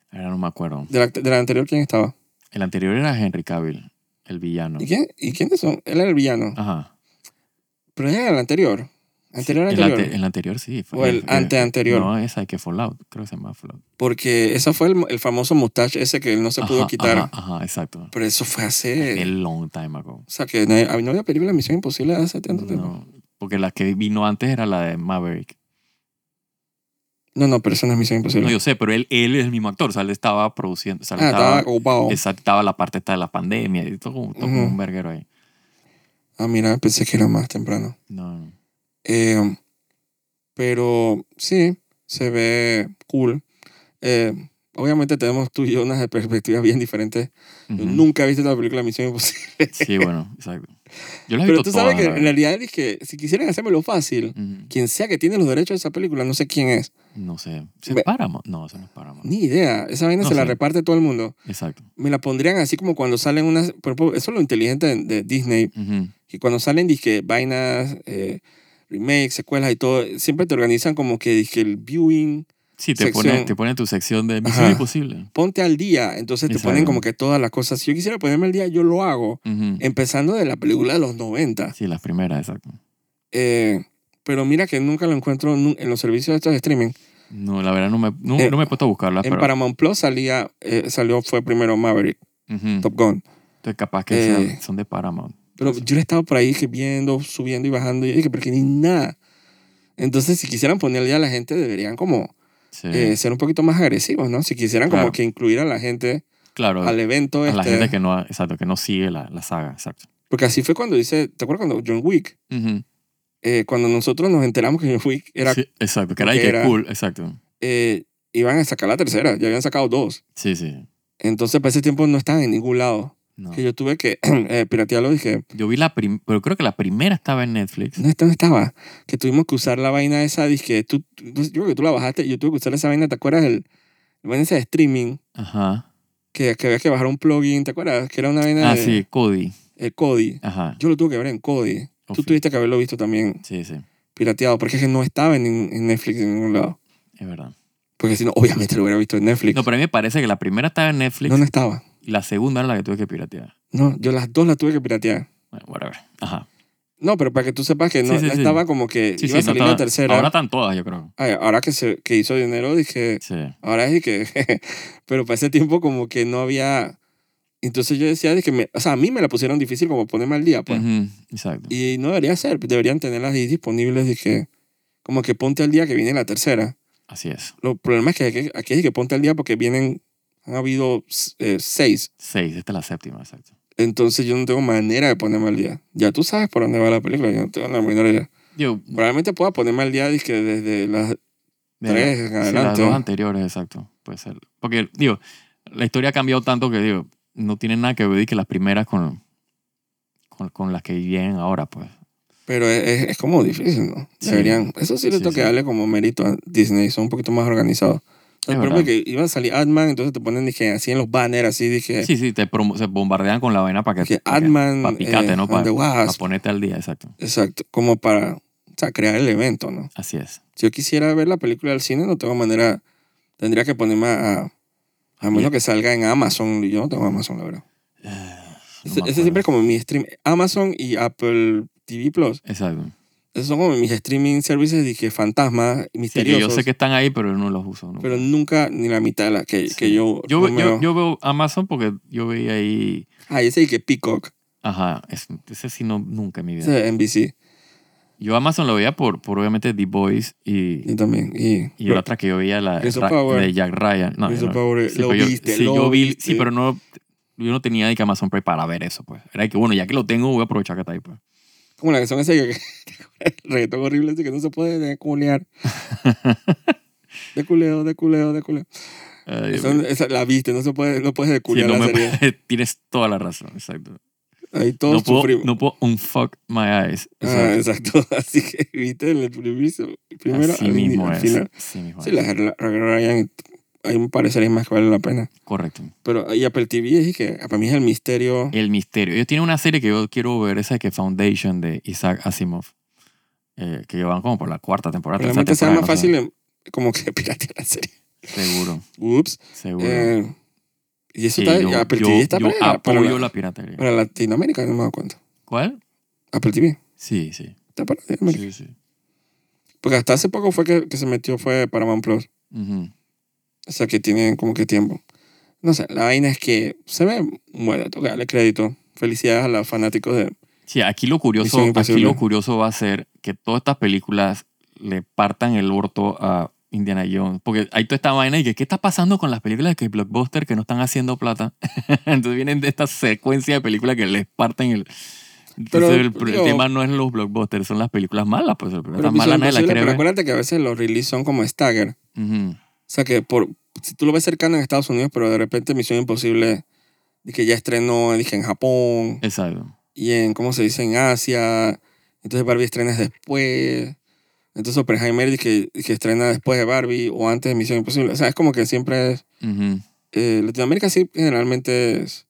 [SPEAKER 2] Ahora no me acuerdo.
[SPEAKER 1] De la, de la anterior, ¿quién estaba?
[SPEAKER 2] El anterior era Henry Cavill, el villano.
[SPEAKER 1] ¿Y, quién, ¿Y quiénes son? Él era el villano.
[SPEAKER 2] Ajá.
[SPEAKER 1] Pero él era el anterior. Anterior,
[SPEAKER 2] Sí, el,
[SPEAKER 1] anterior.
[SPEAKER 2] ante- el anterior sí. fue-
[SPEAKER 1] o el anteanterior.
[SPEAKER 2] No, esa que Fallout. Creo que se llama Fallout.
[SPEAKER 1] Porque ese fue el, el famoso mustache ese que él no se pudo
[SPEAKER 2] Ajá,
[SPEAKER 1] quitar.
[SPEAKER 2] Ajá, ajá, exacto.
[SPEAKER 1] Pero eso fue hace...
[SPEAKER 2] A long time ago.
[SPEAKER 1] O sea, que no, a mí no había película de Misión Imposible hace tanto tiempo.
[SPEAKER 2] No, porque la que vino antes era la de Maverick.
[SPEAKER 1] No, no, pero eso no es Misión Imposible.
[SPEAKER 2] No, yo sé, pero él, él es el mismo actor. O sea, él estaba produciendo. O sea, él
[SPEAKER 1] ah,
[SPEAKER 2] estaba,
[SPEAKER 1] estaba ocupado.
[SPEAKER 2] exacto, estaba la parte esta de la pandemia y todo, como- todo como
[SPEAKER 1] Ujú.
[SPEAKER 2] un verguero ahí.
[SPEAKER 1] Ah, mira, pensé que era más temprano.
[SPEAKER 2] No, no.
[SPEAKER 1] Eh, pero sí, se ve cool. Eh, obviamente tenemos tú y yo unas perspectivas bien diferentes. Yo
[SPEAKER 2] Ujú.
[SPEAKER 1] nunca he visto la película Misión Imposible.
[SPEAKER 2] Sí, bueno, exacto. Yo la he
[SPEAKER 1] Pero
[SPEAKER 2] visto
[SPEAKER 1] tú sabes
[SPEAKER 2] todas,
[SPEAKER 1] que
[SPEAKER 2] la
[SPEAKER 1] en
[SPEAKER 2] verdad.
[SPEAKER 1] realidad es que si quisieran hacérmelo fácil,
[SPEAKER 2] Ujú.
[SPEAKER 1] quien sea que tiene los derechos de esa película, no sé quién es,
[SPEAKER 2] No sé. ¿Se
[SPEAKER 1] Ve-
[SPEAKER 2] Paramount? No, eso no es Paramount.
[SPEAKER 1] ni idea. Esa vaina
[SPEAKER 2] No
[SPEAKER 1] se la
[SPEAKER 2] sé.
[SPEAKER 1] reparte todo el mundo.
[SPEAKER 2] Exacto.
[SPEAKER 1] Me la pondrían así como cuando salen unas... por ejemplo, Eso es lo inteligente de, de Disney,
[SPEAKER 2] Ujú.
[SPEAKER 1] que cuando salen dizque, vainas, eh, remakes, secuelas y todo, siempre te organizan como que dizque, el viewing
[SPEAKER 2] Sí, te
[SPEAKER 1] Sección.
[SPEAKER 2] pone, te pone tu sección de Misión
[SPEAKER 1] Ajá.
[SPEAKER 2] Imposible.
[SPEAKER 1] ponte al día. Entonces te
[SPEAKER 2] Exacto.
[SPEAKER 1] ponen como que todas las cosas. Si yo quisiera ponerme al día, yo lo hago.
[SPEAKER 2] Ujú.
[SPEAKER 1] Empezando de la película de los 90.
[SPEAKER 2] Sí, las primeras, exacto.
[SPEAKER 1] Eh, pero mira que nunca lo encuentro nu- en los servicios estos de streaming.
[SPEAKER 2] No, la verdad no me, no,
[SPEAKER 1] Eh,
[SPEAKER 2] no me he puesto a buscarlas,
[SPEAKER 1] En
[SPEAKER 2] Ah, pero
[SPEAKER 1] Paramount Plus salía, eh, salió, fue primero Maverick,
[SPEAKER 2] ujú.
[SPEAKER 1] Top Gun.
[SPEAKER 2] Entonces, capaz que sean-
[SPEAKER 1] Eh,
[SPEAKER 2] son de Paramount.
[SPEAKER 1] Pero yo le estaba por ahí que viendo, subiendo y bajando. Y yo dije, pero que ni nada. Entonces, si quisieran poner al día a la gente, deberían como
[SPEAKER 2] Sí.
[SPEAKER 1] eh, ser un poquito más agresivos, ¿no? Si quisieran como
[SPEAKER 2] Claro.
[SPEAKER 1] que incluir a la gente
[SPEAKER 2] claro,
[SPEAKER 1] al evento
[SPEAKER 2] a
[SPEAKER 1] este.
[SPEAKER 2] la gente que no, ha- exacto, que no sigue la, la saga, exacto.
[SPEAKER 1] Porque así fue cuando dice, ¿te acuerdas cuando John Wick?
[SPEAKER 2] Ujú.
[SPEAKER 1] eh, cuando nosotros nos enteramos que John Wick era,
[SPEAKER 2] Sí, exacto, que era,
[SPEAKER 1] que
[SPEAKER 2] y que
[SPEAKER 1] era-
[SPEAKER 2] cool, exacto.
[SPEAKER 1] eh, iban a sacar la tercera, ya habían sacado dos.
[SPEAKER 2] Sí, sí.
[SPEAKER 1] Entonces, para ese tiempo no estaban en ningún lado.
[SPEAKER 2] No.
[SPEAKER 1] Que yo tuve que eh, piratearlo y dije,
[SPEAKER 2] Yo vi la primera, pero creo que la primera estaba en Netflix.
[SPEAKER 1] no, esta no estaba. Que tuvimos que usar la vaina esa, dije, tú, tú- yo creo que tú la bajaste, yo tuve que usar esa vaina, ¿te acuerdas? El, la vaina esa de streaming,
[SPEAKER 2] Ajá.
[SPEAKER 1] que, que había que bajar un plugin, ¿te acuerdas? Que era una vaina
[SPEAKER 2] Ah,
[SPEAKER 1] de
[SPEAKER 2] sí, Cody.
[SPEAKER 1] el Kodi.
[SPEAKER 2] Ajá.
[SPEAKER 1] Eh, Yo lo tuve que ver en Kodi. Tú
[SPEAKER 2] Ofi-
[SPEAKER 1] tuviste que haberlo visto también
[SPEAKER 2] Sí, sí,
[SPEAKER 1] pirateado, porque es que no estaba en, en Netflix en ningún lado.
[SPEAKER 2] es verdad.
[SPEAKER 1] Porque si no, obviamente lo hubiera visto en Netflix.
[SPEAKER 2] No, pero a mí me parece que la primera estaba en Netflix
[SPEAKER 1] no, no estaba.
[SPEAKER 2] y la segunda era la que tuve que piratear.
[SPEAKER 1] No, yo las dos las tuve que piratear.
[SPEAKER 2] Bueno, whatever. Ajá.
[SPEAKER 1] No, pero para que tú sepas que no
[SPEAKER 2] Sí, sí, sí.
[SPEAKER 1] estaba como que
[SPEAKER 2] Sí,
[SPEAKER 1] iba a
[SPEAKER 2] sí, no
[SPEAKER 1] salir
[SPEAKER 2] estaba-
[SPEAKER 1] la tercera.
[SPEAKER 2] Ahora
[SPEAKER 1] Ahora,
[SPEAKER 2] están todas, yo creo.
[SPEAKER 1] ahora que, se, que hizo dinero, dije,
[SPEAKER 2] Sí.
[SPEAKER 1] ahora es que... pero para ese tiempo como que no había... Entonces yo decía, dije, me, o sea, a mí me la pusieron difícil como ponerme al día, pues.
[SPEAKER 2] Ujú, exacto.
[SPEAKER 1] Y no debería ser, deberían tenerlas ahí disponibles, dije, como que ponte al día que viene la tercera.
[SPEAKER 2] Así es.
[SPEAKER 1] Lo problema es que aquí, aquí es que ponte al día porque vienen, han habido eh, seis.
[SPEAKER 2] Seis, esta es la séptima, exacto.
[SPEAKER 1] Entonces yo no tengo manera de ponerme al día. Ya tú sabes por dónde va la película, yo no tengo la menor idea.
[SPEAKER 2] Digo,
[SPEAKER 1] Probablemente pueda ponerme al día dizque desde las
[SPEAKER 2] mira,
[SPEAKER 1] tres en
[SPEAKER 2] sí, las
[SPEAKER 1] adelante.
[SPEAKER 2] dos anteriores, exacto. Puede ser. Porque, digo, la historia ha cambiado tanto que, digo, no tiene nada que ver que las primeras con, con, con las que vienen ahora, pues.
[SPEAKER 1] pero es, es- es como difícil, ¿no?
[SPEAKER 2] Sí.
[SPEAKER 1] Deberían. Eso sí le
[SPEAKER 2] Sí,
[SPEAKER 1] toca
[SPEAKER 2] sí.
[SPEAKER 1] darle como mérito a Disney, son un poquito más organizados. El problema es
[SPEAKER 2] verdad.
[SPEAKER 1] que iba a salir Ant-Man, entonces te ponen dije, así en los banners, así dije,
[SPEAKER 2] Sí, sí, te promo- se bombardean con la vaina para que...
[SPEAKER 1] que
[SPEAKER 2] para que-
[SPEAKER 1] Ant-Man,
[SPEAKER 2] para picarte,
[SPEAKER 1] eh,
[SPEAKER 2] ¿no?
[SPEAKER 1] and
[SPEAKER 2] Para-
[SPEAKER 1] the
[SPEAKER 2] para
[SPEAKER 1] Wasp.
[SPEAKER 2] ponerte al día, exacto.
[SPEAKER 1] Exacto, como para o sea, crear el evento, ¿no?
[SPEAKER 2] Así es.
[SPEAKER 1] Si yo quisiera ver la película del cine, no tengo manera, tendría que ponerme a... A menos
[SPEAKER 2] Ya.
[SPEAKER 1] que salga en Amazon, y yo no tengo Amazon, la verdad.
[SPEAKER 2] Eh, no
[SPEAKER 1] ese,
[SPEAKER 2] me
[SPEAKER 1] ese siempre es
[SPEAKER 2] acuerdo.
[SPEAKER 1] como mi stream. Amazon y Apple TV Plus,
[SPEAKER 2] Exacto.
[SPEAKER 1] esos son como mis streaming services, dije, fantasmas,
[SPEAKER 2] Sí, que
[SPEAKER 1] misteriosos.
[SPEAKER 2] yo sé que están ahí, pero no los uso. nunca.
[SPEAKER 1] Pero nunca, ni la mitad de la que,
[SPEAKER 2] Sí.
[SPEAKER 1] que yo...
[SPEAKER 2] Yo,
[SPEAKER 1] no
[SPEAKER 2] ve-
[SPEAKER 1] me
[SPEAKER 2] yo,
[SPEAKER 1] veo.
[SPEAKER 2] yo veo Amazon porque yo veía ahí.
[SPEAKER 1] Ah, ese y que Peacock,
[SPEAKER 2] Ajá, es- ese sí no, nunca en mi vida.
[SPEAKER 1] ese NBC,
[SPEAKER 2] Yo Amazon lo veía por, por obviamente The Boys y,
[SPEAKER 1] y también. Y,
[SPEAKER 2] y la otra que yo veía, la
[SPEAKER 1] Rings of
[SPEAKER 2] Ra-
[SPEAKER 1] Power.
[SPEAKER 2] de Jack Ryan. No,
[SPEAKER 1] Rings
[SPEAKER 2] yo
[SPEAKER 1] of
[SPEAKER 2] no-
[SPEAKER 1] Power,
[SPEAKER 2] sí,
[SPEAKER 1] lo
[SPEAKER 2] pero yo-
[SPEAKER 1] viste,
[SPEAKER 2] sí,
[SPEAKER 1] lo
[SPEAKER 2] yo vi-
[SPEAKER 1] viste.
[SPEAKER 2] sí, pero no, yo no tenía de que Amazon Prime para ver eso, pues. Era que, bueno, ya que lo tengo, voy a aprovechar que está ahí, pues.
[SPEAKER 1] Como la canción esa que... el reggaetón horrible ese que no se puede de culear. De culeo, de culeo, de culeo.
[SPEAKER 2] Ay, Dios
[SPEAKER 1] Esa,
[SPEAKER 2] mío.
[SPEAKER 1] esa la viste, no se puede, no puedes de
[SPEAKER 2] Sí,
[SPEAKER 1] culear
[SPEAKER 2] no
[SPEAKER 1] la
[SPEAKER 2] me
[SPEAKER 1] serie.
[SPEAKER 2] puede- tienes toda la razón, exacto.
[SPEAKER 1] Ahí todos
[SPEAKER 2] No puedo,
[SPEAKER 1] sufrimos.
[SPEAKER 2] no puedo unfuck my eyes.
[SPEAKER 1] Ah,
[SPEAKER 2] exacto.
[SPEAKER 1] exacto. Así que viste el primero, el primero
[SPEAKER 2] Así
[SPEAKER 1] al, ini-
[SPEAKER 2] mismo
[SPEAKER 1] al
[SPEAKER 2] es.
[SPEAKER 1] final.
[SPEAKER 2] Así mismo
[SPEAKER 1] Sí,
[SPEAKER 2] es.
[SPEAKER 1] la la- la Ryan, ahí me parece la más que vale la pena.
[SPEAKER 2] Correcto.
[SPEAKER 1] Pero ahí Apple TV es que para mí es el misterio.
[SPEAKER 2] El misterio. Ellos tienen una serie que yo quiero ver, esa que Foundation de Isaac Asimov. eh, que van como por la cuarta temporada. tercera
[SPEAKER 1] Realmente sea más
[SPEAKER 2] temporada,
[SPEAKER 1] fácil
[SPEAKER 2] no
[SPEAKER 1] en- como que piratear la serie.
[SPEAKER 2] sé. Seguro,
[SPEAKER 1] Ups.
[SPEAKER 2] seguro.
[SPEAKER 1] Eh, y eso
[SPEAKER 2] Sí,
[SPEAKER 1] está,
[SPEAKER 2] yo,
[SPEAKER 1] Apple
[SPEAKER 2] yo-
[SPEAKER 1] TV está
[SPEAKER 2] yo
[SPEAKER 1] para, para
[SPEAKER 2] apoyo
[SPEAKER 1] la-
[SPEAKER 2] la piratería.
[SPEAKER 1] para Latinoamérica, no me acuerdo cuánto.
[SPEAKER 2] ¿Cuál?
[SPEAKER 1] Apple TV
[SPEAKER 2] Sí, sí.
[SPEAKER 1] está para Latinoamérica.
[SPEAKER 2] sí, sí.
[SPEAKER 1] Porque hasta hace poco fue que, que se metió fue Paramount Plus.
[SPEAKER 2] Ujú.
[SPEAKER 1] O sea, que tienen como que tiempo. No sé, la vaina es que se ve bueno, tengo que darle crédito. Felicidades a los fanáticos de...
[SPEAKER 2] Sí, aquí lo curioso,
[SPEAKER 1] Misión
[SPEAKER 2] aquí
[SPEAKER 1] Imposible.
[SPEAKER 2] lo curioso va a ser que todas estas películas le partan el orto a Indiana Jones. Porque hay toda esta vaina y que ¿qué está pasando con las películas que blockbuster que no están haciendo plata? Entonces vienen de esta secuencia de películas que les parten el.
[SPEAKER 1] Pero,
[SPEAKER 2] Entonces el, el
[SPEAKER 1] digo-
[SPEAKER 2] tema no es los blockbusters, son las películas malas, pues las
[SPEAKER 1] Pero,
[SPEAKER 2] películas malas nadie las
[SPEAKER 1] Imposible,
[SPEAKER 2] quiere
[SPEAKER 1] pero
[SPEAKER 2] ver.
[SPEAKER 1] acuérdate que a veces los releases son como stagger. O
[SPEAKER 2] Ujú.
[SPEAKER 1] sea, que por, si tú lo ves cercano en Estados Unidos, pero de repente Misión Imposible, de que ya estrenó, dije, en Japón
[SPEAKER 2] Exacto.
[SPEAKER 1] y en, ¿cómo se dice?, en Asia. Entonces Barbie estrenas después. Entonces Oppenheimer, dije, que estrena después de Barbie o antes de Misión Imposible. O sea, es como que siempre es...
[SPEAKER 2] Ujú.
[SPEAKER 1] eh, Latinoamérica sí generalmente es...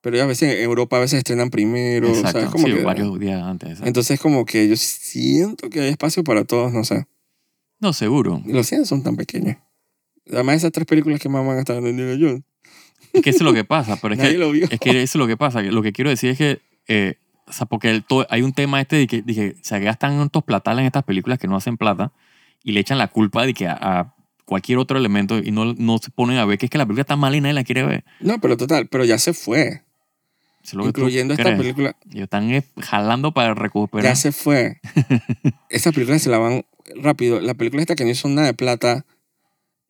[SPEAKER 1] Pero a veces en Europa a veces estrenan primero. O sea, es
[SPEAKER 2] Exacto.
[SPEAKER 1] como
[SPEAKER 2] sí,
[SPEAKER 1] que-
[SPEAKER 2] varios días antes. exacto.
[SPEAKER 1] Entonces como que yo siento que hay espacio para todos, no sé.
[SPEAKER 2] no, seguro.
[SPEAKER 1] Y Los cines son tan pequeños. Además, esas tres películas que más van a estar en Indiana Jones.
[SPEAKER 2] Es que eso es lo que pasa, pero es que
[SPEAKER 1] Nadie lo vio.
[SPEAKER 2] Es que eso es lo que pasa. que Lo que quiero decir es que, eh, o sea, porque el to- hay un tema este de que, de que se gastan tantos platales en estas películas que no hacen plata y le echan la culpa de que a, a cualquier otro elemento y no, no se ponen a ver que es que la película está mal y nadie la quiere ver.
[SPEAKER 1] No, pero total, pero ya se fue.
[SPEAKER 2] Eso es lo que tú
[SPEAKER 1] incluyendo esta
[SPEAKER 2] crees.
[SPEAKER 1] película.
[SPEAKER 2] Ellos están eh, jalando para recuperar.
[SPEAKER 1] Ya se fue. Esas películas se la van rápido. La película esta que no hizo nada de plata,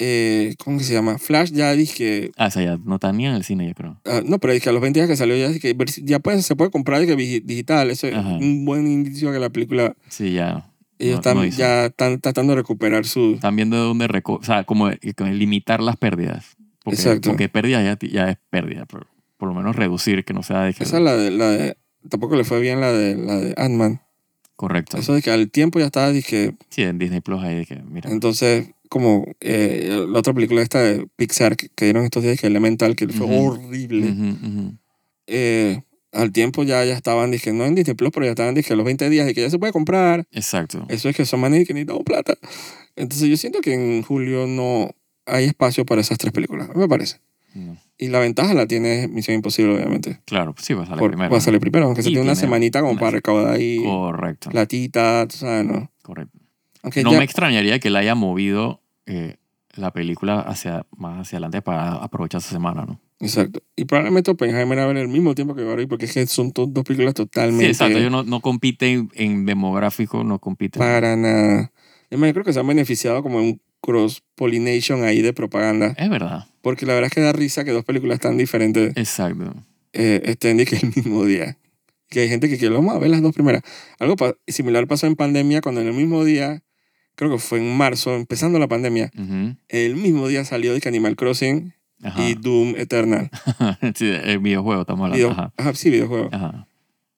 [SPEAKER 1] eh, ¿cómo que se llama? Flash ya dije...
[SPEAKER 2] Ah, o sea, ya no están ni en el cine, yo creo.
[SPEAKER 1] ah, no, pero dije a los 20 días que salió ya dije, ver si- ya pues, se puede comprar dije, vigi- digital. Eso es
[SPEAKER 2] Ajá.
[SPEAKER 1] un buen indicio que la película...
[SPEAKER 2] Sí, ya.
[SPEAKER 1] Ellos
[SPEAKER 2] No-
[SPEAKER 1] están,
[SPEAKER 2] no hizo.
[SPEAKER 1] ya están tratando de recuperar su...
[SPEAKER 2] Están viendo de dónde reco- o sea, como, eh, como limitar las pérdidas. Porque,
[SPEAKER 1] Exacto.
[SPEAKER 2] porque pérdida ya, ti- ya es pérdida, pero por lo menos reducir que no sea de que-
[SPEAKER 1] Esa es la de, la de... Tampoco le fue bien la de, la de Ant-Man.
[SPEAKER 2] correcto.
[SPEAKER 1] Eso de que al tiempo ya estaba, dije,
[SPEAKER 2] Sí, en Disney Plus ahí de que, mira,
[SPEAKER 1] Entonces, como eh, la otra película esta de Pixar que, que dieron estos días, que Elemental, que fue
[SPEAKER 2] Ujú.
[SPEAKER 1] horrible,
[SPEAKER 2] ujú, ujú.
[SPEAKER 1] eh, al tiempo ya, ya estaban, dije, no en Disney Plus, pero ya estaban, dije, a los 20 días, de que ya se puede comprar.
[SPEAKER 2] exacto.
[SPEAKER 1] Eso es que son manes que necesitamos plata. Entonces, yo siento que en julio no hay espacio para esas tres películas, me parece.
[SPEAKER 2] No.
[SPEAKER 1] Y la ventaja la tiene Misión Imposible, obviamente.
[SPEAKER 2] Claro, pues sí, va a salir
[SPEAKER 1] Por-
[SPEAKER 2] primero.
[SPEAKER 1] va a salir primero, aunque se
[SPEAKER 2] Y
[SPEAKER 1] tiene una
[SPEAKER 2] tiene
[SPEAKER 1] semanita como
[SPEAKER 2] una-
[SPEAKER 1] para recaudar ahí
[SPEAKER 2] Correcto.
[SPEAKER 1] platita, tú sabes, ¿no?
[SPEAKER 2] correcto.
[SPEAKER 1] Aunque
[SPEAKER 2] no
[SPEAKER 1] ya,
[SPEAKER 2] me extrañaría que le haya movido eh, la película hacia, más hacia adelante para aprovechar esa semana, ¿no?
[SPEAKER 1] Exacto. Y probablemente Oppenheimer va a ver el mismo tiempo que Barbie, porque es que son to- dos películas totalmente
[SPEAKER 2] Sí, exacto. Ellos no, no compiten en demográfico, no compiten.
[SPEAKER 1] para nada. Es más, yo creo que se han beneficiado como de un cross-pollination ahí de propaganda,
[SPEAKER 2] Es verdad.
[SPEAKER 1] porque la verdad es que da risa que dos películas tan diferentes
[SPEAKER 2] Exacto.
[SPEAKER 1] eh, estén de que el mismo día. Que hay gente que quiere, vamos a ver las dos primeras. Algo pa- similar pasó en pandemia cuando en el mismo día, creo que fue en marzo, empezando la pandemia,
[SPEAKER 2] Ujú.
[SPEAKER 1] el mismo día salió de que Animal Crossing
[SPEAKER 2] Ajá.
[SPEAKER 1] y Doom Eternal.
[SPEAKER 2] sí, el videojuego, estamos hablando.
[SPEAKER 1] Video-
[SPEAKER 2] Ajá.
[SPEAKER 1] Ajá, sí, videojuego.
[SPEAKER 2] Ajá.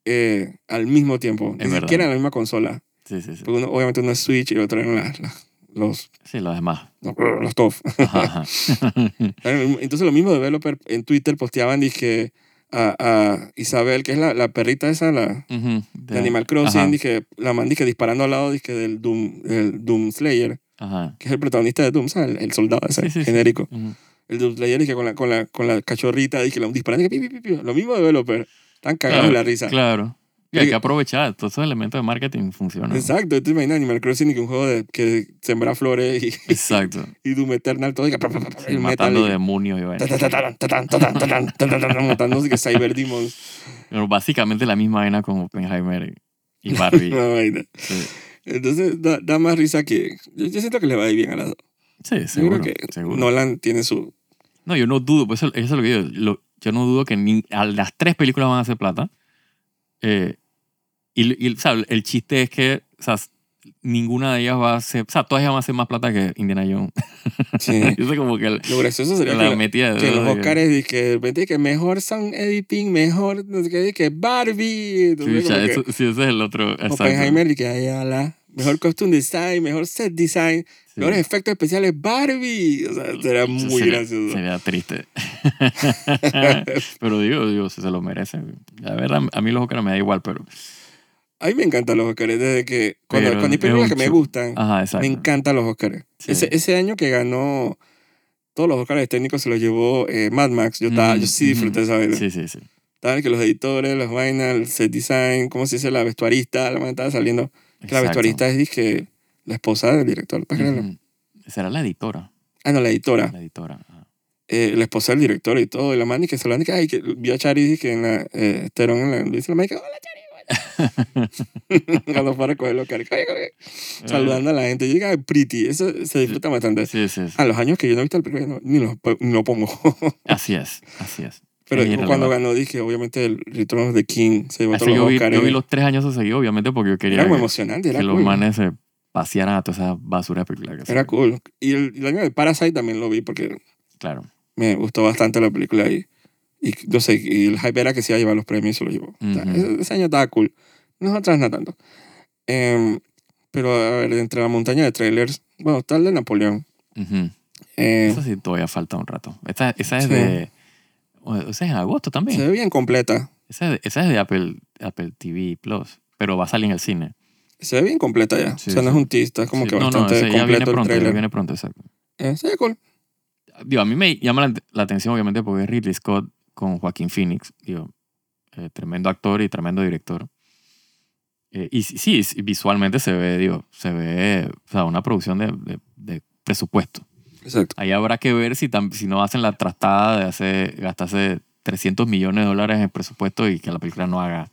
[SPEAKER 1] eh, al mismo tiempo. Ni
[SPEAKER 2] Es verdad.
[SPEAKER 1] siquiera en la misma consola.
[SPEAKER 2] Sí, sí, sí.
[SPEAKER 1] Porque uno, obviamente uno es Switch y el otro eran las- las- los,
[SPEAKER 2] Sí, los demás.
[SPEAKER 1] los, los TOF.
[SPEAKER 2] Ajá, ajá.
[SPEAKER 1] Entonces lo mismo developer en Twitter posteaban dije a, a Isabel, que es la, la perrita esa, la
[SPEAKER 2] Ujú.
[SPEAKER 1] de Animal Crossing,
[SPEAKER 2] Ajá.
[SPEAKER 1] dije, la man dije, disparando al lado dije, del Doom, del Doom Slayer,
[SPEAKER 2] Ajá.
[SPEAKER 1] que es el protagonista de Doom, ¿sabes? El, el soldado ese,
[SPEAKER 2] Sí, sí, sí.
[SPEAKER 1] genérico.
[SPEAKER 2] Ujú.
[SPEAKER 1] El Doom Slayer dije, con la, con la, con la cachorrita, dije, la disparando, dije, pi, pi, pi, pi. lo mismo developer. Están cagados de la risa.
[SPEAKER 2] Claro. Y hay
[SPEAKER 1] Porque-
[SPEAKER 2] que aprovechar. Todos esos elementos de marketing funcionan. ¿no?
[SPEAKER 1] Exacto, te imaginas Animal Crossing y que un juego de, que sembra flores y,
[SPEAKER 2] Exacto.
[SPEAKER 1] y Doom Eternal todo y que, pa, pa, pa, pa,
[SPEAKER 2] Sí,
[SPEAKER 1] el metal
[SPEAKER 2] matando
[SPEAKER 1] y-
[SPEAKER 2] demonios y
[SPEAKER 1] ta,
[SPEAKER 2] vaina.
[SPEAKER 1] ta, ta, taran, ta, tan, ta, tan, ta, tan, ta, tan, ta, tan, matando así que Cyber Demons.
[SPEAKER 2] Pero básicamente la misma vaina con Oppenheimer y y Barbie.
[SPEAKER 1] Una vaina.
[SPEAKER 2] sí,
[SPEAKER 1] Entonces da, da más risa que yo, yo siento que le va a ir bien a las dos.
[SPEAKER 2] sí,
[SPEAKER 1] Yo creo
[SPEAKER 2] seguro.
[SPEAKER 1] que
[SPEAKER 2] seguro. No.
[SPEAKER 1] Nolan tiene su
[SPEAKER 2] yo no dudo, pues eso, eso es lo que yo, lo- yo no dudo que ni, a las tres películas van a hacer plata. Eh, y y, o sea, el chiste es que o sea, ninguna de ellas va a ser, o sea, todas ellas van a hacer más plata que Indiana Jones.
[SPEAKER 1] sí.
[SPEAKER 2] Yo sé como que el-
[SPEAKER 1] Lo gracioso sería
[SPEAKER 2] la
[SPEAKER 1] que, la-
[SPEAKER 2] metida de
[SPEAKER 1] que los
[SPEAKER 2] dedo de-
[SPEAKER 1] Oscars y que de repente que mejor sound editing, mejor no sé qué, y que Barbie. Entonces,
[SPEAKER 2] Chucha,
[SPEAKER 1] como que
[SPEAKER 2] eso- sí, ese es el otro. exacto.
[SPEAKER 1] Oppenheimer y que ahí ala, mejor costume design, mejor set design.
[SPEAKER 2] Sí.
[SPEAKER 1] Los efectos especiales Barbie. O sea, será
[SPEAKER 2] Eso
[SPEAKER 1] muy
[SPEAKER 2] sería-
[SPEAKER 1] gracioso.
[SPEAKER 2] Sería triste. pero digo, digo, si se lo merece. La verdad, a mí los Oscar me da igual, pero.
[SPEAKER 1] A mí me encantan los Oscars. Desde que cuando,
[SPEAKER 2] Pero
[SPEAKER 1] cuando hay
[SPEAKER 2] es
[SPEAKER 1] películas
[SPEAKER 2] un
[SPEAKER 1] que me
[SPEAKER 2] chu-
[SPEAKER 1] gustan,
[SPEAKER 2] Ajá, exacto.
[SPEAKER 1] me encantan los Oscars.
[SPEAKER 2] Sí.
[SPEAKER 1] Ese, ese año que ganó todos los Oscars técnicos se los llevó eh, Mad Max. Yo, estaba,
[SPEAKER 2] Ujú,
[SPEAKER 1] yo sí disfruté esa vaina.
[SPEAKER 2] Sí, sí, sí.
[SPEAKER 1] Estaban que los editores, las vainas, el set design, ¿cómo se dice? La vestuarista, la man estaba saliendo. Que la
[SPEAKER 2] Exacto.
[SPEAKER 1] vestuarista es dije, la esposa del director. ¿estás claro?
[SPEAKER 2] Ujú. Será la editora.
[SPEAKER 1] Ah, no, la editora.
[SPEAKER 2] La editora. ajá.
[SPEAKER 1] eh, la esposa del director y todo, y la man y que se lo que, ay, que vio a Charis que en la, eh, Terón en la, dice la man y que, hola Charis, cuando fue a recoger los carros, "Oye, oye", saludando a la gente, llega pretty, eso se disfruta bastante.
[SPEAKER 2] Eh. Eh, Sí, sí, sí.
[SPEAKER 1] A los años que yo no he visto el película, no, ni, lo, ni lo pongo.
[SPEAKER 2] Así es, así es.
[SPEAKER 1] Pero
[SPEAKER 2] Es
[SPEAKER 1] cuando
[SPEAKER 2] irrelevante.
[SPEAKER 1] ganó, dije, obviamente, el Return of the King se llevó
[SPEAKER 2] Así
[SPEAKER 1] todos los
[SPEAKER 2] Ah, yo, vi,
[SPEAKER 1] Oscars.
[SPEAKER 2] yo vi los tres años seguidos, obviamente, porque
[SPEAKER 1] eh.
[SPEAKER 2] yo
[SPEAKER 1] Era
[SPEAKER 2] quería
[SPEAKER 1] muy
[SPEAKER 2] que,
[SPEAKER 1] emocionante, era
[SPEAKER 2] que los
[SPEAKER 1] cool.
[SPEAKER 2] manes se pasearan a toda esa basura de película que hacen.
[SPEAKER 1] Era cool. Y el, el año de Parasite también lo vi porque
[SPEAKER 2] Claro.
[SPEAKER 1] me gustó bastante la película y, y no sé, y el hype era que se iba a llevar los premios y se los llevó. O sea,
[SPEAKER 2] Ujú.
[SPEAKER 1] ese, ese año estaba cool. Nosotras no tanto. Em, pero a ver, entre la montaña de trailers, bueno, está el de Napoleón.
[SPEAKER 2] Ujú.
[SPEAKER 1] Em,
[SPEAKER 2] Eso sí, todavía falta un rato. Esa, esa es
[SPEAKER 1] Sí.
[SPEAKER 2] de. o- Esa es en agosto también.
[SPEAKER 1] se ve bien completa.
[SPEAKER 2] Esa, es- esa es de Apple, Apple TV Plus. Pero va a salir en el cine.
[SPEAKER 1] Se ve bien completa ya.
[SPEAKER 2] Sí,
[SPEAKER 1] o sea, no
[SPEAKER 2] sí.
[SPEAKER 1] es un tease, está como
[SPEAKER 2] Sí,
[SPEAKER 1] que
[SPEAKER 2] no, no,
[SPEAKER 1] bastante
[SPEAKER 2] ese ya viene
[SPEAKER 1] completo el
[SPEAKER 2] pronto. Ya
[SPEAKER 1] trailer.
[SPEAKER 2] viene pronto, exacto.
[SPEAKER 1] Eh, se ve cool.
[SPEAKER 2] Digo, a mí me llama la, la atención, obviamente, porque es Ridley Scott con Joaquín Phoenix. Digo, eh, tremendo actor y tremendo director. Eh, y sí, sí, sí, visualmente se ve, digo, se ve, o sea, una producción de, de- de presupuesto.
[SPEAKER 1] Exacto.
[SPEAKER 2] Ahí habrá que ver si, tam- si no hacen la trastada de hacer, gastarse 300 millones de dólares en presupuesto y que la película no haga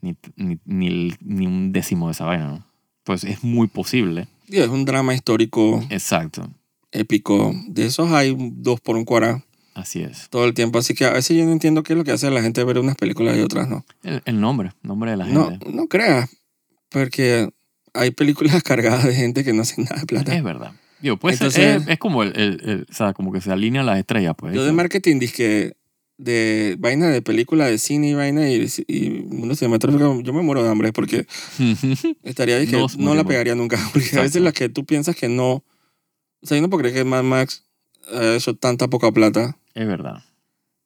[SPEAKER 2] ni, ni, ni el- ni un décimo de esa vaina, ¿no? Pues es muy posible.
[SPEAKER 1] Y es un drama histórico,
[SPEAKER 2] Exacto.
[SPEAKER 1] épico. De esos hay dos por un cuará
[SPEAKER 2] Así es.
[SPEAKER 1] todo el tiempo. Así que a veces yo no entiendo qué es lo que hace a la gente ver unas películas y otras no.
[SPEAKER 2] El, el nombre, nombre de la
[SPEAKER 1] No,
[SPEAKER 2] gente.
[SPEAKER 1] no creas, porque hay películas cargadas de gente que no hacen nada de plata.
[SPEAKER 2] Es verdad. Digo, pues
[SPEAKER 1] Entonces-
[SPEAKER 2] es, es como el, el- el- o sea, como que se alinean las estrellas, pues.
[SPEAKER 1] Yo de marketing dije de vaina de película, de cine y vaina y, y mundo cinematográfico, yo me muero de hambre porque estaría dije,
[SPEAKER 2] Nos
[SPEAKER 1] no la
[SPEAKER 2] morimos.
[SPEAKER 1] pegaría nunca. Porque a veces
[SPEAKER 2] Exacto.
[SPEAKER 1] las que tú piensas que no. O sea, yo no puedo creer que Mad Max ha hecho tanta poca plata.
[SPEAKER 2] es verdad.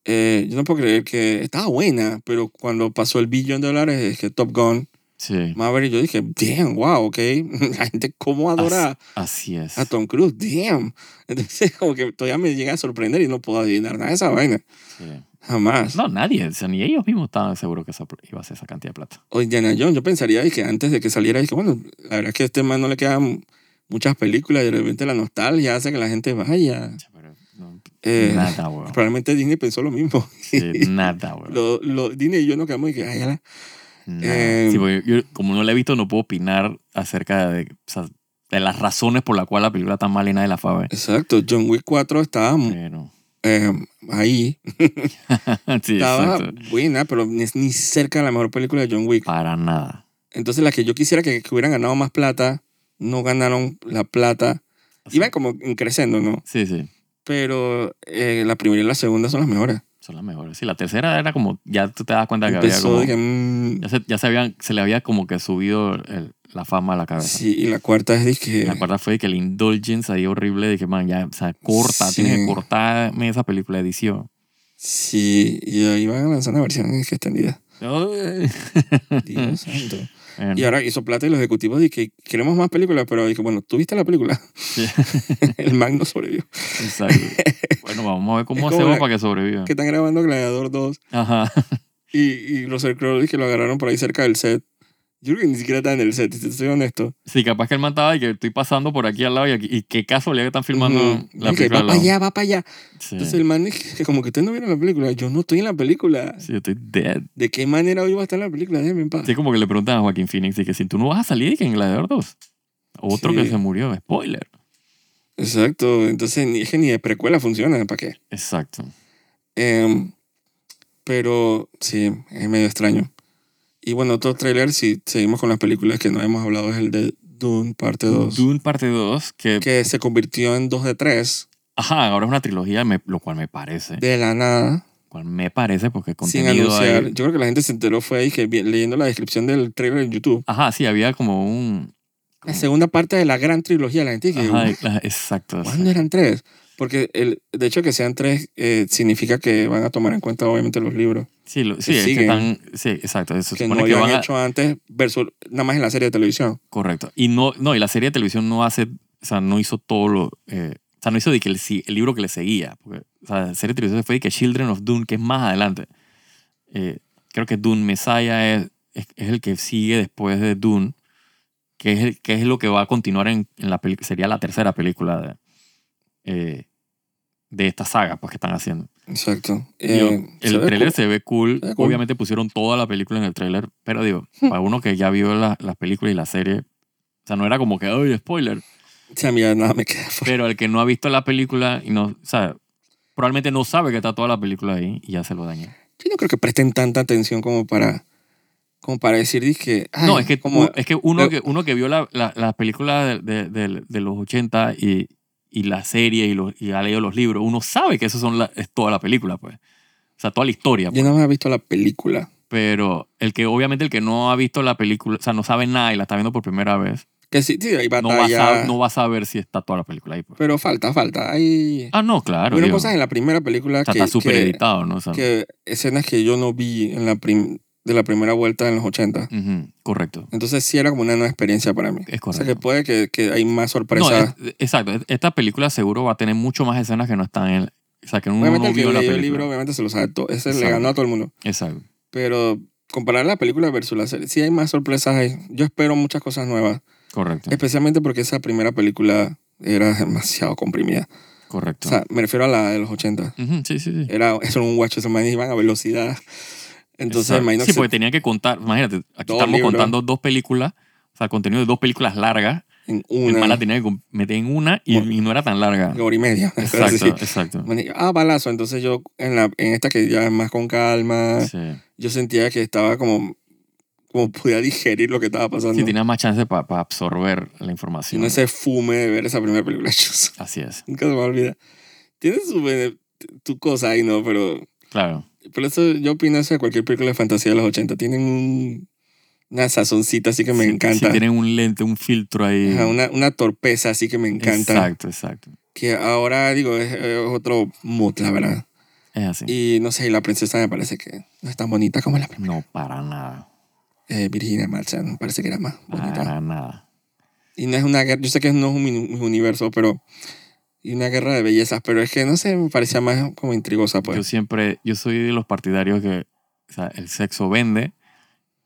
[SPEAKER 1] Eh, yo no puedo creer que estaba buena, pero cuando pasó el billón de dólares, es que Top Gun
[SPEAKER 2] Sí.
[SPEAKER 1] Maverick, yo dije, damn, wow, ok. La gente cómo adora
[SPEAKER 2] Así es.
[SPEAKER 1] a Tom Cruise, damn. Entonces, como que todavía me llega a sorprender y no puedo adivinar nada de esa vaina.
[SPEAKER 2] Sí.
[SPEAKER 1] Jamás.
[SPEAKER 2] No, nadie, o sea, ni ellos mismos estaban seguros que esa- iba a ser esa cantidad de plata.
[SPEAKER 1] O Indiana Jones, yo pensaría que antes de que saliera, dije, bueno, la verdad es que a este man no le quedan muchas películas y de repente la nostalgia hace que la gente vaya.
[SPEAKER 2] Che, pero no-
[SPEAKER 1] Eh,
[SPEAKER 2] nada, weón.
[SPEAKER 1] Probablemente Disney pensó lo mismo.
[SPEAKER 2] Sí, Eh, nada, weón.
[SPEAKER 1] Lo, lo- Disney y yo nos quedamos y que, ay, ala.
[SPEAKER 2] Nada.
[SPEAKER 1] Eh,
[SPEAKER 2] Sí, porque yo, como no la he visto, no puedo opinar acerca de, o sea, de las razones por las cuales la película está mal y nadie la fue a ver.
[SPEAKER 1] Exacto, John Wick 4 estaba
[SPEAKER 2] Pero,
[SPEAKER 1] eh, ahí.
[SPEAKER 2] sí,
[SPEAKER 1] estaba
[SPEAKER 2] exacto.
[SPEAKER 1] buena, pero ni, ni cerca de la mejor película de John Wick.
[SPEAKER 2] Para nada.
[SPEAKER 1] Entonces, las que yo quisiera que, que hubieran ganado más plata, no ganaron la plata. Iban como creciendo, ¿no?
[SPEAKER 2] Sí, sí.
[SPEAKER 1] Pero eh, la primera y la segunda son las mejores.
[SPEAKER 2] Son las mejores. Sí, la tercera era como, ya tú te das cuenta que había
[SPEAKER 1] Empezó,
[SPEAKER 2] como...
[SPEAKER 1] dije, mm,
[SPEAKER 2] Ya, se, ya se, habían- se le había como que subido el- la fama a la cabeza.
[SPEAKER 1] sí, y la cuarta es, dije,
[SPEAKER 2] La cuarta fue que el indulgence ahí horrible, dije, man, ya, o sea, corta,
[SPEAKER 1] Sí.
[SPEAKER 2] tienes que cortarme esa película de edición.
[SPEAKER 1] sí, y ahí van a lanzar una versión es que extendida. Dios santo.
[SPEAKER 2] Bueno,
[SPEAKER 1] Y ahora hizo plata y los ejecutivos dije, queremos más películas, pero dije, bueno, ¿tú viste la película?
[SPEAKER 2] Sí.
[SPEAKER 1] El Magno sobrevivió.
[SPEAKER 2] exacto. Bueno, vamos a ver cómo
[SPEAKER 1] Es como
[SPEAKER 2] hacemos
[SPEAKER 1] la-
[SPEAKER 2] para que sobreviva.
[SPEAKER 1] Que están grabando Gladiador 2
[SPEAKER 2] Ajá.
[SPEAKER 1] y, y Russell Crowe dije, lo agarraron por ahí cerca del set. Yo creo que ni siquiera está en el set, si te soy honesto.
[SPEAKER 2] Sí, capaz que él mataba y que estoy pasando por aquí al lado y, aquí, y qué casualidad que están filmando
[SPEAKER 1] Ujú.
[SPEAKER 2] la
[SPEAKER 1] Dije, va
[SPEAKER 2] película. al
[SPEAKER 1] para
[SPEAKER 2] lado.
[SPEAKER 1] allá, va para allá.
[SPEAKER 2] Sí.
[SPEAKER 1] Entonces el man dije, como que ustedes no vieron la película. Yo no estoy en la película.
[SPEAKER 2] Sí, yo estoy dead.
[SPEAKER 1] ¿De qué manera hoy va a estar en la película? Déjenme en paz.
[SPEAKER 2] Sí, como que le preguntan a Joaquín Phoenix y que si tú no vas a salir, y que en Gladiador 2. Otro
[SPEAKER 1] Sí.
[SPEAKER 2] que se murió, spoiler.
[SPEAKER 1] Exacto. Entonces ni, es que ni de precuela funciona, ¿para qué?
[SPEAKER 2] Exacto.
[SPEAKER 1] Em, pero sí, es medio extraño. Y bueno, otro tráiler, si seguimos con las películas que no hemos hablado, es el de Dune parte 2.
[SPEAKER 2] Dune parte 2, que,
[SPEAKER 1] Que se convirtió en 2 de 3,
[SPEAKER 2] ajá, ahora es una trilogía, me- lo cual me parece.
[SPEAKER 1] de la nada,
[SPEAKER 2] cual me parece porque
[SPEAKER 1] sin
[SPEAKER 2] contenido
[SPEAKER 1] anunciar.
[SPEAKER 2] hay-
[SPEAKER 1] Yo creo que la gente se enteró fue ahí que vi- leyendo la descripción del tráiler en YouTube.
[SPEAKER 2] Ajá, sí, había como un...
[SPEAKER 1] La segunda parte de la gran trilogía, la gente que,
[SPEAKER 2] Ajá, ajá, exacto.
[SPEAKER 1] ¿cuándo eran tres? Porque el, de hecho que sean tres eh, significa que van a tomar en cuenta obviamente los libros
[SPEAKER 2] Sí, lo- sí,
[SPEAKER 1] que
[SPEAKER 2] es que
[SPEAKER 1] siguen?
[SPEAKER 2] están- sí, exacto. Se
[SPEAKER 1] que
[SPEAKER 2] supone
[SPEAKER 1] no
[SPEAKER 2] que van
[SPEAKER 1] habían
[SPEAKER 2] a-
[SPEAKER 1] hecho antes versus nada más en la serie de televisión.
[SPEAKER 2] Correcto. Y no, no, y la serie de televisión no hace, o sea, no hizo todo lo... eh, o sea, no hizo de que el, si- el libro que le seguía. Porque, o sea, la serie de televisión fue de que Children of Dune, que es más adelante. Eh, creo que Dune Messiah es, es, es el que sigue después de Dune, que es, el, que es lo que va a continuar en, en la película, sería la tercera película de, eh, de esta saga pues, que están haciendo.
[SPEAKER 1] Exacto.
[SPEAKER 2] Digo,
[SPEAKER 1] Eh, se
[SPEAKER 2] el
[SPEAKER 1] ve
[SPEAKER 2] trailer
[SPEAKER 1] cool.
[SPEAKER 2] se ve cool.
[SPEAKER 1] Se ve cool.
[SPEAKER 2] Obviamente pusieron toda la película en el trailer, pero digo,
[SPEAKER 1] Hmm.
[SPEAKER 2] para uno que ya vio la- las películas y la serie, o sea, no era como que, oye, spoiler,
[SPEAKER 1] O sea, mira, nada me queda fuera.
[SPEAKER 2] pero el que no ha visto la película y no, o sea, probablemente no sabe que está toda la película ahí y ya se lo dañó.
[SPEAKER 1] Yo no creo que presten tanta atención como para, como para decir, dije, ay,
[SPEAKER 2] no, es que,
[SPEAKER 1] Hmm. como,
[SPEAKER 2] u- es que uno
[SPEAKER 1] pero-
[SPEAKER 2] que uno que vio la, la, la película de, de- de- de los 80 y, y la serie y, los, y ha leído los libros, uno sabe que eso son la- es toda la película, pues. O sea, toda la historia. pues.
[SPEAKER 1] yo no me he visto la película.
[SPEAKER 2] pero el que obviamente el que no ha visto la película, o sea, no sabe nada y la está viendo por primera vez,
[SPEAKER 1] Que sí, sí, hay
[SPEAKER 2] no va, a
[SPEAKER 1] batalla,
[SPEAKER 2] sab- no va a saber si está toda la película ahí. pues.
[SPEAKER 1] Ah, pero falta, falta. Hay,
[SPEAKER 2] Ah, no, claro.
[SPEAKER 1] hubieron
[SPEAKER 2] digo,
[SPEAKER 1] cosas en la primera película
[SPEAKER 2] o sea,
[SPEAKER 1] que,
[SPEAKER 2] está súper
[SPEAKER 1] que,
[SPEAKER 2] editado, ¿no? O sea,
[SPEAKER 1] que escenas que yo no vi en la prim- de la primera vuelta en los 80.
[SPEAKER 2] ujú, correcto.
[SPEAKER 1] Entonces sí era como una nueva experiencia para mí.
[SPEAKER 2] Es
[SPEAKER 1] O sea
[SPEAKER 2] correcto.
[SPEAKER 1] que puede que, que hay más
[SPEAKER 2] No,
[SPEAKER 1] sorpresas.
[SPEAKER 2] es- exacto. es- Esta película seguro va a tener mucho más escenas que no están en. O sea, que uno
[SPEAKER 1] obviamente
[SPEAKER 2] no
[SPEAKER 1] el que
[SPEAKER 2] vio la
[SPEAKER 1] leyó
[SPEAKER 2] película.
[SPEAKER 1] el libro obviamente se lo sabe todo. Ese le
[SPEAKER 2] Exacto.
[SPEAKER 1] ganó a todo el mundo.
[SPEAKER 2] Exacto.
[SPEAKER 1] Pero comparar la película versus la serie, sí hay más sorpresas ahí. Yo espero muchas cosas nuevas.
[SPEAKER 2] Correcto.
[SPEAKER 1] Especialmente porque esa primera película era demasiado comprimida.
[SPEAKER 2] correcto.
[SPEAKER 1] O sea, me refiero a la de los 80.
[SPEAKER 2] Ujú, sí, sí, sí.
[SPEAKER 1] Era, eso era un guacho, esos manes iban a velocidad. Entonces,
[SPEAKER 2] Exacto.
[SPEAKER 1] imagino
[SPEAKER 2] Sí,
[SPEAKER 1] que
[SPEAKER 2] porque tenían que contar. Imagínate, aquí
[SPEAKER 1] Dos
[SPEAKER 2] estamos
[SPEAKER 1] libros.
[SPEAKER 2] contando dos películas, o sea, contenido de dos películas largas.
[SPEAKER 1] se- en
[SPEAKER 2] El man
[SPEAKER 1] una,
[SPEAKER 2] la tenía que com- meter en una y,
[SPEAKER 1] Bueno.
[SPEAKER 2] y no era tan larga.
[SPEAKER 1] una hora y media. una cosa
[SPEAKER 2] Exacto,
[SPEAKER 1] así.
[SPEAKER 2] exacto.
[SPEAKER 1] Maní, Ah, balazo. Entonces yo en, la, en esta que ya es más con calma,
[SPEAKER 2] Sí.
[SPEAKER 1] yo sentía que estaba como, como podía digerir lo que estaba pasando.
[SPEAKER 2] Sí, tenía más chance para absorber la información.
[SPEAKER 1] Sino ese fume de ver esa primera película.
[SPEAKER 2] Así es,
[SPEAKER 1] Nunca se me olvida. Tiene su, bene- tu cosa ahí, ¿no? Pero
[SPEAKER 2] claro.
[SPEAKER 1] Por eso yo opino eso de cualquier película de fantasía de los 80. Tienen un- una sazoncita así que me
[SPEAKER 2] Sí,
[SPEAKER 1] encanta.
[SPEAKER 2] Sí, tienen un lente, un filtro ahí.
[SPEAKER 1] Ajá, una, una torpeza así que me encanta.
[SPEAKER 2] Exacto, exacto.
[SPEAKER 1] Que ahora, digo, es, es otro mood, la verdad.
[SPEAKER 2] Es así.
[SPEAKER 1] Y no sé, y la princesa me parece que no es tan bonita como la primera.
[SPEAKER 2] No, para nada.
[SPEAKER 1] eh, Virginia Marchand parece que era más bonita.
[SPEAKER 2] Para nada.
[SPEAKER 1] Y no es una guerra, yo sé que no es un minu- un universo, pero... Y una guerra de bellezas, pero es que no sé, me parecía más como intrigosa,
[SPEAKER 2] Yo
[SPEAKER 1] pues.
[SPEAKER 2] siempre, yo soy de los partidarios que, o sea, el sexo vende.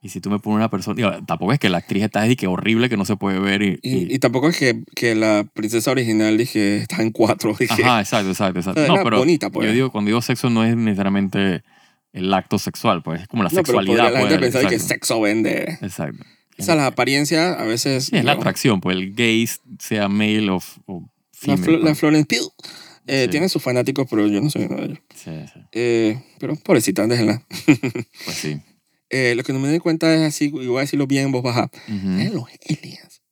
[SPEAKER 2] Y si tú me pones una persona, digo, tampoco es que la actriz está ahí que horrible que no se puede ver y...
[SPEAKER 1] Y,
[SPEAKER 2] y-
[SPEAKER 1] y tampoco es que, que la princesa original dije, está en cuatro. Dije,
[SPEAKER 2] Ajá, exacto, exacto, exacto.
[SPEAKER 1] Era
[SPEAKER 2] No, pero
[SPEAKER 1] bonita, pues.
[SPEAKER 2] yo digo, cuando digo sexo no es necesariamente el acto sexual, pues es como
[SPEAKER 1] no,
[SPEAKER 2] la
[SPEAKER 1] pero
[SPEAKER 2] sexualidad.
[SPEAKER 1] podría la gente
[SPEAKER 2] pues,
[SPEAKER 1] pensar que
[SPEAKER 2] exacto,
[SPEAKER 1] sexo vende.
[SPEAKER 2] Exacto.
[SPEAKER 1] O sea, la apariencia a veces...
[SPEAKER 2] Sí, es la
[SPEAKER 1] digamos,
[SPEAKER 2] atracción, pues el gay sea male o, f- o
[SPEAKER 1] La,
[SPEAKER 2] female.
[SPEAKER 1] Flo- la
[SPEAKER 2] pues.
[SPEAKER 1] Florence Pugh eh,
[SPEAKER 2] Sí.
[SPEAKER 1] tiene sus fanáticos, pero yo no soy uno de ellos.
[SPEAKER 2] pues. Sí, sí,
[SPEAKER 1] Eh, pero pobrecita, déjenla.
[SPEAKER 2] pues sí.
[SPEAKER 1] Eh, lo que no me doy cuenta es así, y voy a decirlo bien en voz baja.
[SPEAKER 2] Ujú.
[SPEAKER 1] Eran los aliens.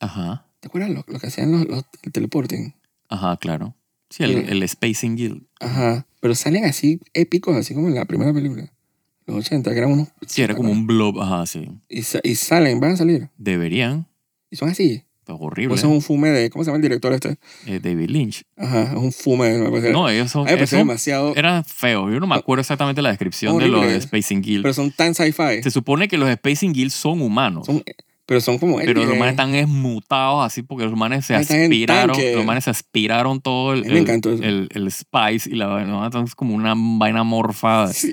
[SPEAKER 2] Ajá,
[SPEAKER 1] ¿Te acuerdas lo, lo que hacían los, los el teleporting?
[SPEAKER 2] ajá, claro. Sí, el,
[SPEAKER 1] Sí.
[SPEAKER 2] el Spacing Guild.
[SPEAKER 1] Ajá. Pero salen así épicos, así como en la primera película. Los 80, que eran unos...
[SPEAKER 2] Sí, era como un blob, ajá, sí.
[SPEAKER 1] Y, sa- y salen, van a salir.
[SPEAKER 2] Deberían,
[SPEAKER 1] Y son así.
[SPEAKER 2] pero
[SPEAKER 1] O
[SPEAKER 2] horrible.
[SPEAKER 1] sea, es Pues, un fume de... ¿Cómo se llama el director este?
[SPEAKER 2] eh, David Lynch.
[SPEAKER 1] Ajá, es un fume de... algo así.
[SPEAKER 2] No, ellos
[SPEAKER 1] a
[SPEAKER 2] son,
[SPEAKER 1] mí me pareció
[SPEAKER 2] esos
[SPEAKER 1] demasiado... Ah.
[SPEAKER 2] eran feos. Yo no me acuerdo exactamente la descripción de los
[SPEAKER 1] Horrible.
[SPEAKER 2] Spacing Guild.
[SPEAKER 1] Pero son tan sci-fi.
[SPEAKER 2] Se supone que los Spacing Guild son humanos.
[SPEAKER 1] Son- pero son como...
[SPEAKER 2] pero los
[SPEAKER 1] aliens.
[SPEAKER 2] humanos están esmutados así porque los humanos se
[SPEAKER 1] Ahí están en
[SPEAKER 2] aspiraron.
[SPEAKER 1] tanque.
[SPEAKER 2] Los humanos se aspiraron todo
[SPEAKER 1] A
[SPEAKER 2] el,
[SPEAKER 1] mí me
[SPEAKER 2] el-
[SPEAKER 1] encantó eso.
[SPEAKER 2] el- el spice y la vaina. Entonces es como una vaina morfa.
[SPEAKER 1] Sí.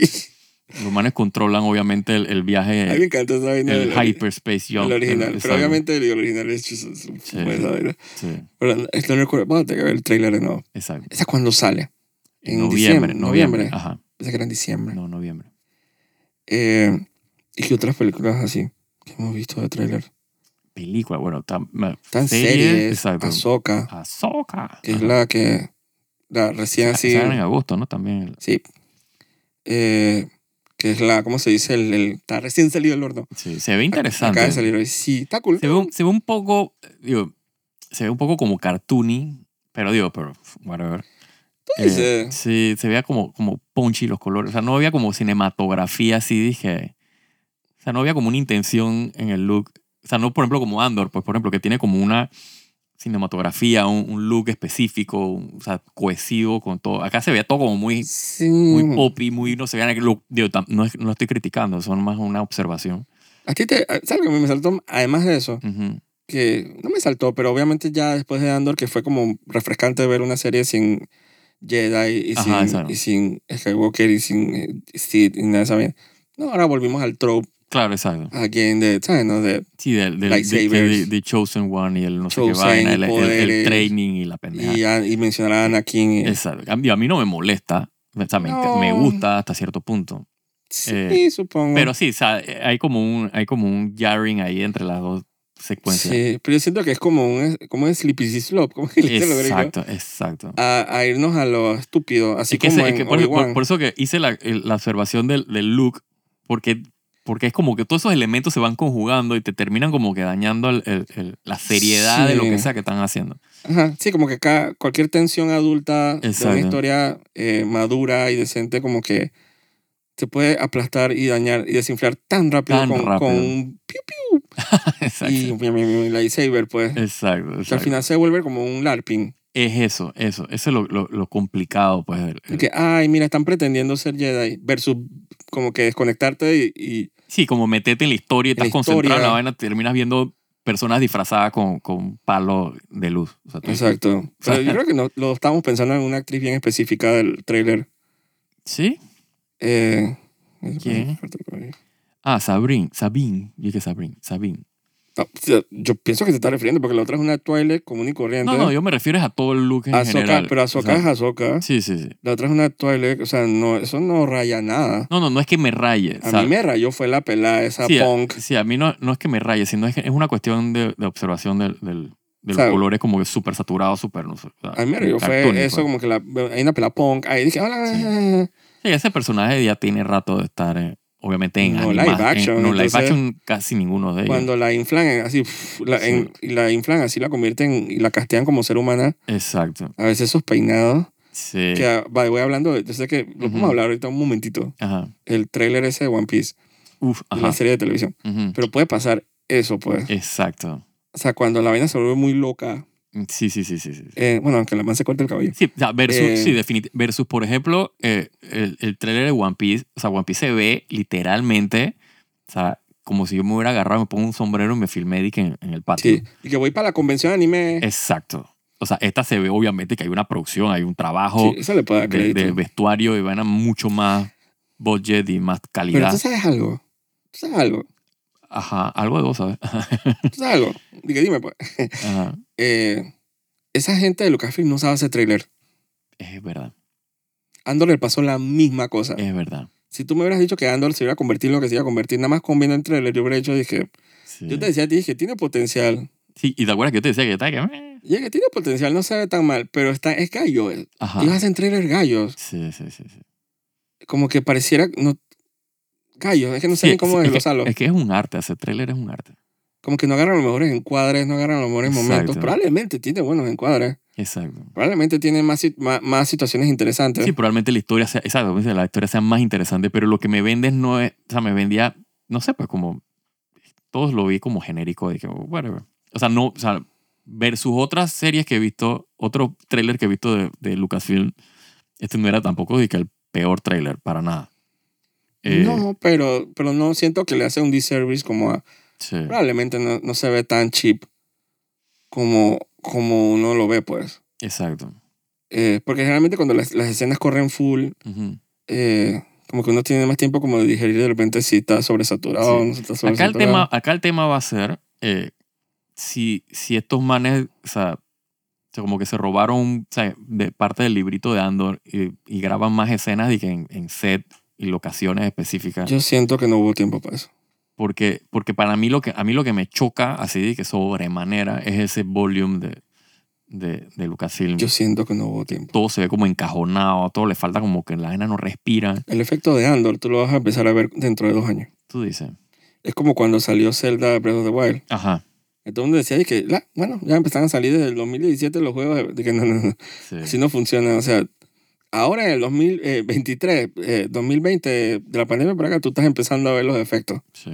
[SPEAKER 2] Los humanos controlan obviamente el, el
[SPEAKER 1] A mí me
[SPEAKER 2] viaje,
[SPEAKER 1] encanta esa vaina.
[SPEAKER 2] el
[SPEAKER 1] del-
[SPEAKER 2] hyperspace jump.
[SPEAKER 1] El original.
[SPEAKER 2] el-
[SPEAKER 1] pero
[SPEAKER 2] exacto.
[SPEAKER 1] obviamente el original es just- es un
[SPEAKER 2] Sí.
[SPEAKER 1] fume de esa vaina.
[SPEAKER 2] Sí,
[SPEAKER 1] Pero eh, no- esto no recuerdo. Vamos a tener que ver el trailer de nuevo.
[SPEAKER 2] exacto.
[SPEAKER 1] ¿Esa cuándo sale? En
[SPEAKER 2] noviembre,
[SPEAKER 1] diciembre,
[SPEAKER 2] noviembre.
[SPEAKER 1] noviembre.
[SPEAKER 2] Ajá,
[SPEAKER 1] Pensé que era en diciembre.
[SPEAKER 2] no, noviembre.
[SPEAKER 1] Eh, ¿Y qué otras películas así que hemos visto de trailer?
[SPEAKER 2] Película, bueno, tan
[SPEAKER 1] Tan series. Ahsoka,
[SPEAKER 2] Azoka.
[SPEAKER 1] que es la que la recién así.
[SPEAKER 2] Ah, en agosto, ¿no? También. el-
[SPEAKER 1] Sí. Eh, que es la, ¿cómo se dice? El, el- está recién salido del horno.
[SPEAKER 2] Sí, se ve
[SPEAKER 1] Acaba
[SPEAKER 2] interesante. ¿eh?
[SPEAKER 1] de salir hoy. Sí, está cool.
[SPEAKER 2] se ve, un, se ve un poco, digo, se ve un poco como cartoony, pero digo, pero whatever.
[SPEAKER 1] Tú dices.
[SPEAKER 2] sí, se veía como, como punchy los colores. O sea, no había como cinematografía así, dije. O sea, no había como una intención en el look. O sea, no, por ejemplo, como Andor, pues, por ejemplo, que tiene como una cinematografía, un, un look específico, un- o sea, cohesivo con todo. Acá se veía todo como muy,
[SPEAKER 1] sí.
[SPEAKER 2] muy poppy, muy, no sé, vean el look. Digo, tam- no, es- no estoy criticando, son más una observación.
[SPEAKER 1] A ti te. ¿Sabes lo que me saltó? Además de eso.
[SPEAKER 2] Ujú.
[SPEAKER 1] que no me saltó, pero obviamente ya después de Andor, que fue como refrescante ver una serie sin Jedi y,
[SPEAKER 2] Ajá,
[SPEAKER 1] sin,
[SPEAKER 2] exacto.
[SPEAKER 1] y sin Skywalker y sin eh, Sith y nada de esa vaina. No, ahora volvimos al trope
[SPEAKER 2] Claro, exacto.
[SPEAKER 1] again de, ¿sabes? No? De,
[SPEAKER 2] Sí, del, del, de,
[SPEAKER 1] Lightsabers.
[SPEAKER 2] que de- de Chosen One y el no sé qué
[SPEAKER 1] Chosen
[SPEAKER 2] vaina,
[SPEAKER 1] y
[SPEAKER 2] el, el- el
[SPEAKER 1] poderes.
[SPEAKER 2] training y la pendeja.
[SPEAKER 1] y, a- y mencionar a Anakin. y-
[SPEAKER 2] Exacto. A mí, a mí no me molesta. O sea, me, enca- me
[SPEAKER 1] No.
[SPEAKER 2] gusta hasta cierto punto.
[SPEAKER 1] sí,
[SPEAKER 2] eh,
[SPEAKER 1] supongo.
[SPEAKER 2] Pero sí, o sea, hay como un, hay como un jarring ahí entre las dos secuencias.
[SPEAKER 1] sí, pero yo siento que es como un, como un Sleepy Slope, como que le dicen los gringos,
[SPEAKER 2] exacto, exacto.
[SPEAKER 1] A, a irnos a lo estúpido, así
[SPEAKER 2] Es que
[SPEAKER 1] como
[SPEAKER 2] ese- es
[SPEAKER 1] en
[SPEAKER 2] que por, por-
[SPEAKER 1] Obi-Wan.
[SPEAKER 2] por eso que hice la, el- la observación del, del look, porque, porque es como que todos esos elementos se van conjugando y te terminan como que dañando el- el- el- la seriedad de lo
[SPEAKER 1] Sí.
[SPEAKER 2] que sea que están haciendo.
[SPEAKER 1] Ajá, sí, como que cada, cualquier tensión adulta de
[SPEAKER 2] Exacto.
[SPEAKER 1] una historia eh, madura y decente como que se puede aplastar y dañar y desinflar tan rápido,
[SPEAKER 2] Tan
[SPEAKER 1] con,
[SPEAKER 2] rápido.
[SPEAKER 1] con un piu
[SPEAKER 2] Exacto.
[SPEAKER 1] y mi- mi- mi lightsaber, pues.
[SPEAKER 2] Exacto.
[SPEAKER 1] Que al
[SPEAKER 2] exacto.
[SPEAKER 1] final se vuelve como un larping.
[SPEAKER 2] Es eso, eso. Eso es lo, lo, lo complicado, pues. del-
[SPEAKER 1] De que, ay, mira, están pretendiendo ser Jedi versus como que desconectarte y, y
[SPEAKER 2] Sí, como metete en la historia y
[SPEAKER 1] En la
[SPEAKER 2] estás concentrado en la
[SPEAKER 1] historia.
[SPEAKER 2] vaina, terminas viendo personas disfrazadas con, con palo de luz. O sea, tú-
[SPEAKER 1] exacto. Pero yo creo que no, lo estábamos pensando en una actriz bien específica del tráiler.
[SPEAKER 2] ¿Sí?
[SPEAKER 1] Eh,
[SPEAKER 2] ¿Quién? Ah, Sabrin, Sabin. Yo dije Sabrin, Sabin.
[SPEAKER 1] No, yo pienso que se está refiriendo porque la otra es una Twilight común y corriente.
[SPEAKER 2] No, no, yo me refiero es a todo el look en
[SPEAKER 1] Ahsoka,
[SPEAKER 2] general.
[SPEAKER 1] pero Azoka
[SPEAKER 2] O
[SPEAKER 1] es
[SPEAKER 2] sea,
[SPEAKER 1] Azoka.
[SPEAKER 2] Sí, sí, sí.
[SPEAKER 1] La otra es una Twilight, o sea, no, eso no raya nada.
[SPEAKER 2] No, no, no es que me raye.
[SPEAKER 1] A
[SPEAKER 2] o sea,
[SPEAKER 1] mí me rayó fue la pelada esa
[SPEAKER 2] sí, a-
[SPEAKER 1] punk.
[SPEAKER 2] sí, a mí no, no es que me raye, sino es, que es una cuestión de, de observación del, del, de los
[SPEAKER 1] ¿Sabe?
[SPEAKER 2] colores como que súper saturados, súper... No sé, o sea,
[SPEAKER 1] A mí me rayó fue
[SPEAKER 2] cartoony,
[SPEAKER 1] eso,
[SPEAKER 2] pues.
[SPEAKER 1] como que la, hay una pelada punk. Ahí dije, hola.
[SPEAKER 2] Sí.
[SPEAKER 1] eh,
[SPEAKER 2] Sí, ese personaje ya tiene rato de estar, eh, obviamente, en
[SPEAKER 1] No
[SPEAKER 2] anima-
[SPEAKER 1] live action,
[SPEAKER 2] en- no, live
[SPEAKER 1] entonces-
[SPEAKER 2] action casi ninguno de ellos.
[SPEAKER 1] Cuando la inflan eh, así, pff, la,
[SPEAKER 2] Sí.
[SPEAKER 1] en- y la inflan así, la convierten y la castean como ser humana.
[SPEAKER 2] Exacto.
[SPEAKER 1] A veces esos peinados.
[SPEAKER 2] Sí.
[SPEAKER 1] Que ah, by the way, hablando, de- yo sé que lo vamos
[SPEAKER 2] Ujú.
[SPEAKER 1] a hablar ahorita un momentito.
[SPEAKER 2] Ajá.
[SPEAKER 1] El tráiler ese de One Piece,
[SPEAKER 2] Uf,
[SPEAKER 1] de
[SPEAKER 2] ajá.
[SPEAKER 1] la serie de televisión.
[SPEAKER 2] Ujú.
[SPEAKER 1] Pero puede pasar eso, pues.
[SPEAKER 2] Exacto.
[SPEAKER 1] O sea, cuando la vaina se vuelve muy loca.
[SPEAKER 2] Sí, sí, sí, sí. Sí,
[SPEAKER 1] eh, bueno, aunque la man se corte el cabello.
[SPEAKER 2] Sí, o sea, versus,
[SPEAKER 1] Eh.
[SPEAKER 2] sí, definit- versus, por ejemplo, eh, el, el trailer de One Piece, o sea, One Piece se ve literalmente, o sea, como si yo me hubiera agarrado, me pongo un sombrero y me filmé de que en, en el patio.
[SPEAKER 1] Sí. Y que voy para la convención de anime.
[SPEAKER 2] Exacto. O sea, esta se ve obviamente que hay una producción, hay un trabajo
[SPEAKER 1] Sí, eso le puede dar
[SPEAKER 2] de,
[SPEAKER 1] crédito.
[SPEAKER 2] de vestuario y van a mucho más budget y más
[SPEAKER 1] Pero
[SPEAKER 2] calidad.
[SPEAKER 1] tú sabes algo. Tú sabes algo.
[SPEAKER 2] Ajá, algo de vos, ¿sabes?
[SPEAKER 1] Tú sabes algo. Dije, dime, pues.
[SPEAKER 2] Ajá,
[SPEAKER 1] Eh, esa gente de Lucasfilm no sabe hacer trailer.
[SPEAKER 2] es verdad,
[SPEAKER 1] Andor le pasó la misma cosa.
[SPEAKER 2] es verdad.
[SPEAKER 1] Si tú me hubieras dicho que Andor se iba a convertir en lo que se iba a convertir, nada más con viendo el trailer, yo hubiera hecho, dije,
[SPEAKER 2] Sí.
[SPEAKER 1] yo te decía, dije, tiene potencial.
[SPEAKER 2] Sí, y te acuerdas que yo te decía que estaba que... "Meh".
[SPEAKER 1] Y es que tiene potencial, no se ve tan mal, pero está, es gallo. él.
[SPEAKER 2] Ajá.
[SPEAKER 1] Ellos hacen trailers gallos.
[SPEAKER 2] Sí, sí, sí. sí.
[SPEAKER 1] Como que pareciera, no, gallos, es que no sé
[SPEAKER 2] Sí,
[SPEAKER 1] ni cómo
[SPEAKER 2] sí, es,
[SPEAKER 1] desglosarlo.
[SPEAKER 2] que, es que es un arte, hacer trailer es un arte.
[SPEAKER 1] Como que no agarran los mejores encuadres, no agarran los mejores momentos.
[SPEAKER 2] Exacto.
[SPEAKER 1] Probablemente tiene buenos encuadres.
[SPEAKER 2] Exacto.
[SPEAKER 1] Probablemente tiene más, sit- ma- más, situaciones interesantes.
[SPEAKER 2] Sí, probablemente la historia sea, exacto, dice, la historia sea más interesante, pero lo que me vendes no es, o sea, me vendía, no sé, pues como, todos lo vi como genérico, de que, whatever. O sea, no, o sea, versus otras series que he visto, otro tráiler que he visto de, de Lucasfilm, este no era tampoco de que el peor tráiler, para nada. Eh,
[SPEAKER 1] no, pero, pero no siento que le hace un disservice como a,
[SPEAKER 2] sí.
[SPEAKER 1] probablemente no, no se ve tan cheap como, como uno lo ve, pues.
[SPEAKER 2] exacto.
[SPEAKER 1] Eh, porque generalmente cuando las, las escenas corren full,
[SPEAKER 2] Ujú.
[SPEAKER 1] eh, como que uno tiene más tiempo como de digerir de repente si está sobresaturado
[SPEAKER 2] Sí.
[SPEAKER 1] o no está
[SPEAKER 2] Acá el,
[SPEAKER 1] sobresaturado.
[SPEAKER 2] tema, acá el tema va a ser eh, si, si estos manes, o sea, o sea, como que se robaron o sea, de parte del librito de Andor y, y graban más escenas de que en, en set y locaciones específicas.
[SPEAKER 1] Yo siento que no hubo tiempo para eso.
[SPEAKER 2] porque, porque para mí lo que, a mí lo que me choca así de que sobremanera es ese volume de, de, de Lucasfilm.
[SPEAKER 1] Yo siento que no hubo tiempo.
[SPEAKER 2] Todo se ve como encajonado, todo le falta como que la arena no respira.
[SPEAKER 1] El efecto de Andor tú lo vas a empezar a ver dentro de dos años.
[SPEAKER 2] Tú dices,
[SPEAKER 1] Es como cuando salió Zelda Breath of the Wild.
[SPEAKER 2] ajá.
[SPEAKER 1] Entonces decía y que, la- bueno, ya empezaron a salir desde el 2017 los juegos de, de que no, no, no,
[SPEAKER 2] sí.
[SPEAKER 1] Así no funciona. O sea, ahora en el 2023, eh, 2020, de la pandemia para acá, tú estás empezando a ver los efectos.
[SPEAKER 2] sí.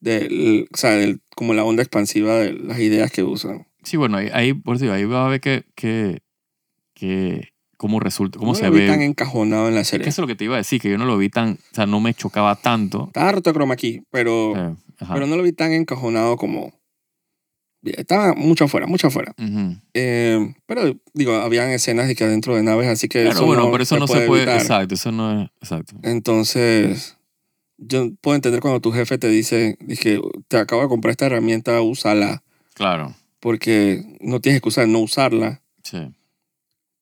[SPEAKER 1] Del, o sea, del- como la onda expansiva de las ideas que usan.
[SPEAKER 2] Sí, bueno, ahí, ahí, por decir, ahí va a ver que, que, que cómo resulta, cómo
[SPEAKER 1] no
[SPEAKER 2] se
[SPEAKER 1] lo vi tan
[SPEAKER 2] ve.
[SPEAKER 1] encajonado en la
[SPEAKER 2] Que
[SPEAKER 1] serie.
[SPEAKER 2] eso es lo que te iba a decir, que yo no lo vi tan, o sea, no me chocaba tanto.
[SPEAKER 1] Estaba harto de croma aquí, pero,
[SPEAKER 2] Eh, ajá.
[SPEAKER 1] pero no lo vi tan encajonado como... Estaba mucho afuera, mucho afuera.
[SPEAKER 2] Ujú.
[SPEAKER 1] Eh, pero, digo, habían escenas de que adentro de naves, así que
[SPEAKER 2] Claro,
[SPEAKER 1] eso
[SPEAKER 2] bueno,
[SPEAKER 1] no
[SPEAKER 2] pero eso
[SPEAKER 1] se
[SPEAKER 2] no
[SPEAKER 1] puede
[SPEAKER 2] se puede,
[SPEAKER 1] evitar.
[SPEAKER 2] exacto, eso no es, exacto.
[SPEAKER 1] Entonces, yo puedo entender cuando tu jefe te dice, dije, te acabo de comprar esta herramienta, úsala,
[SPEAKER 2] Claro,
[SPEAKER 1] porque no tienes excusa de no usarla.
[SPEAKER 2] sí.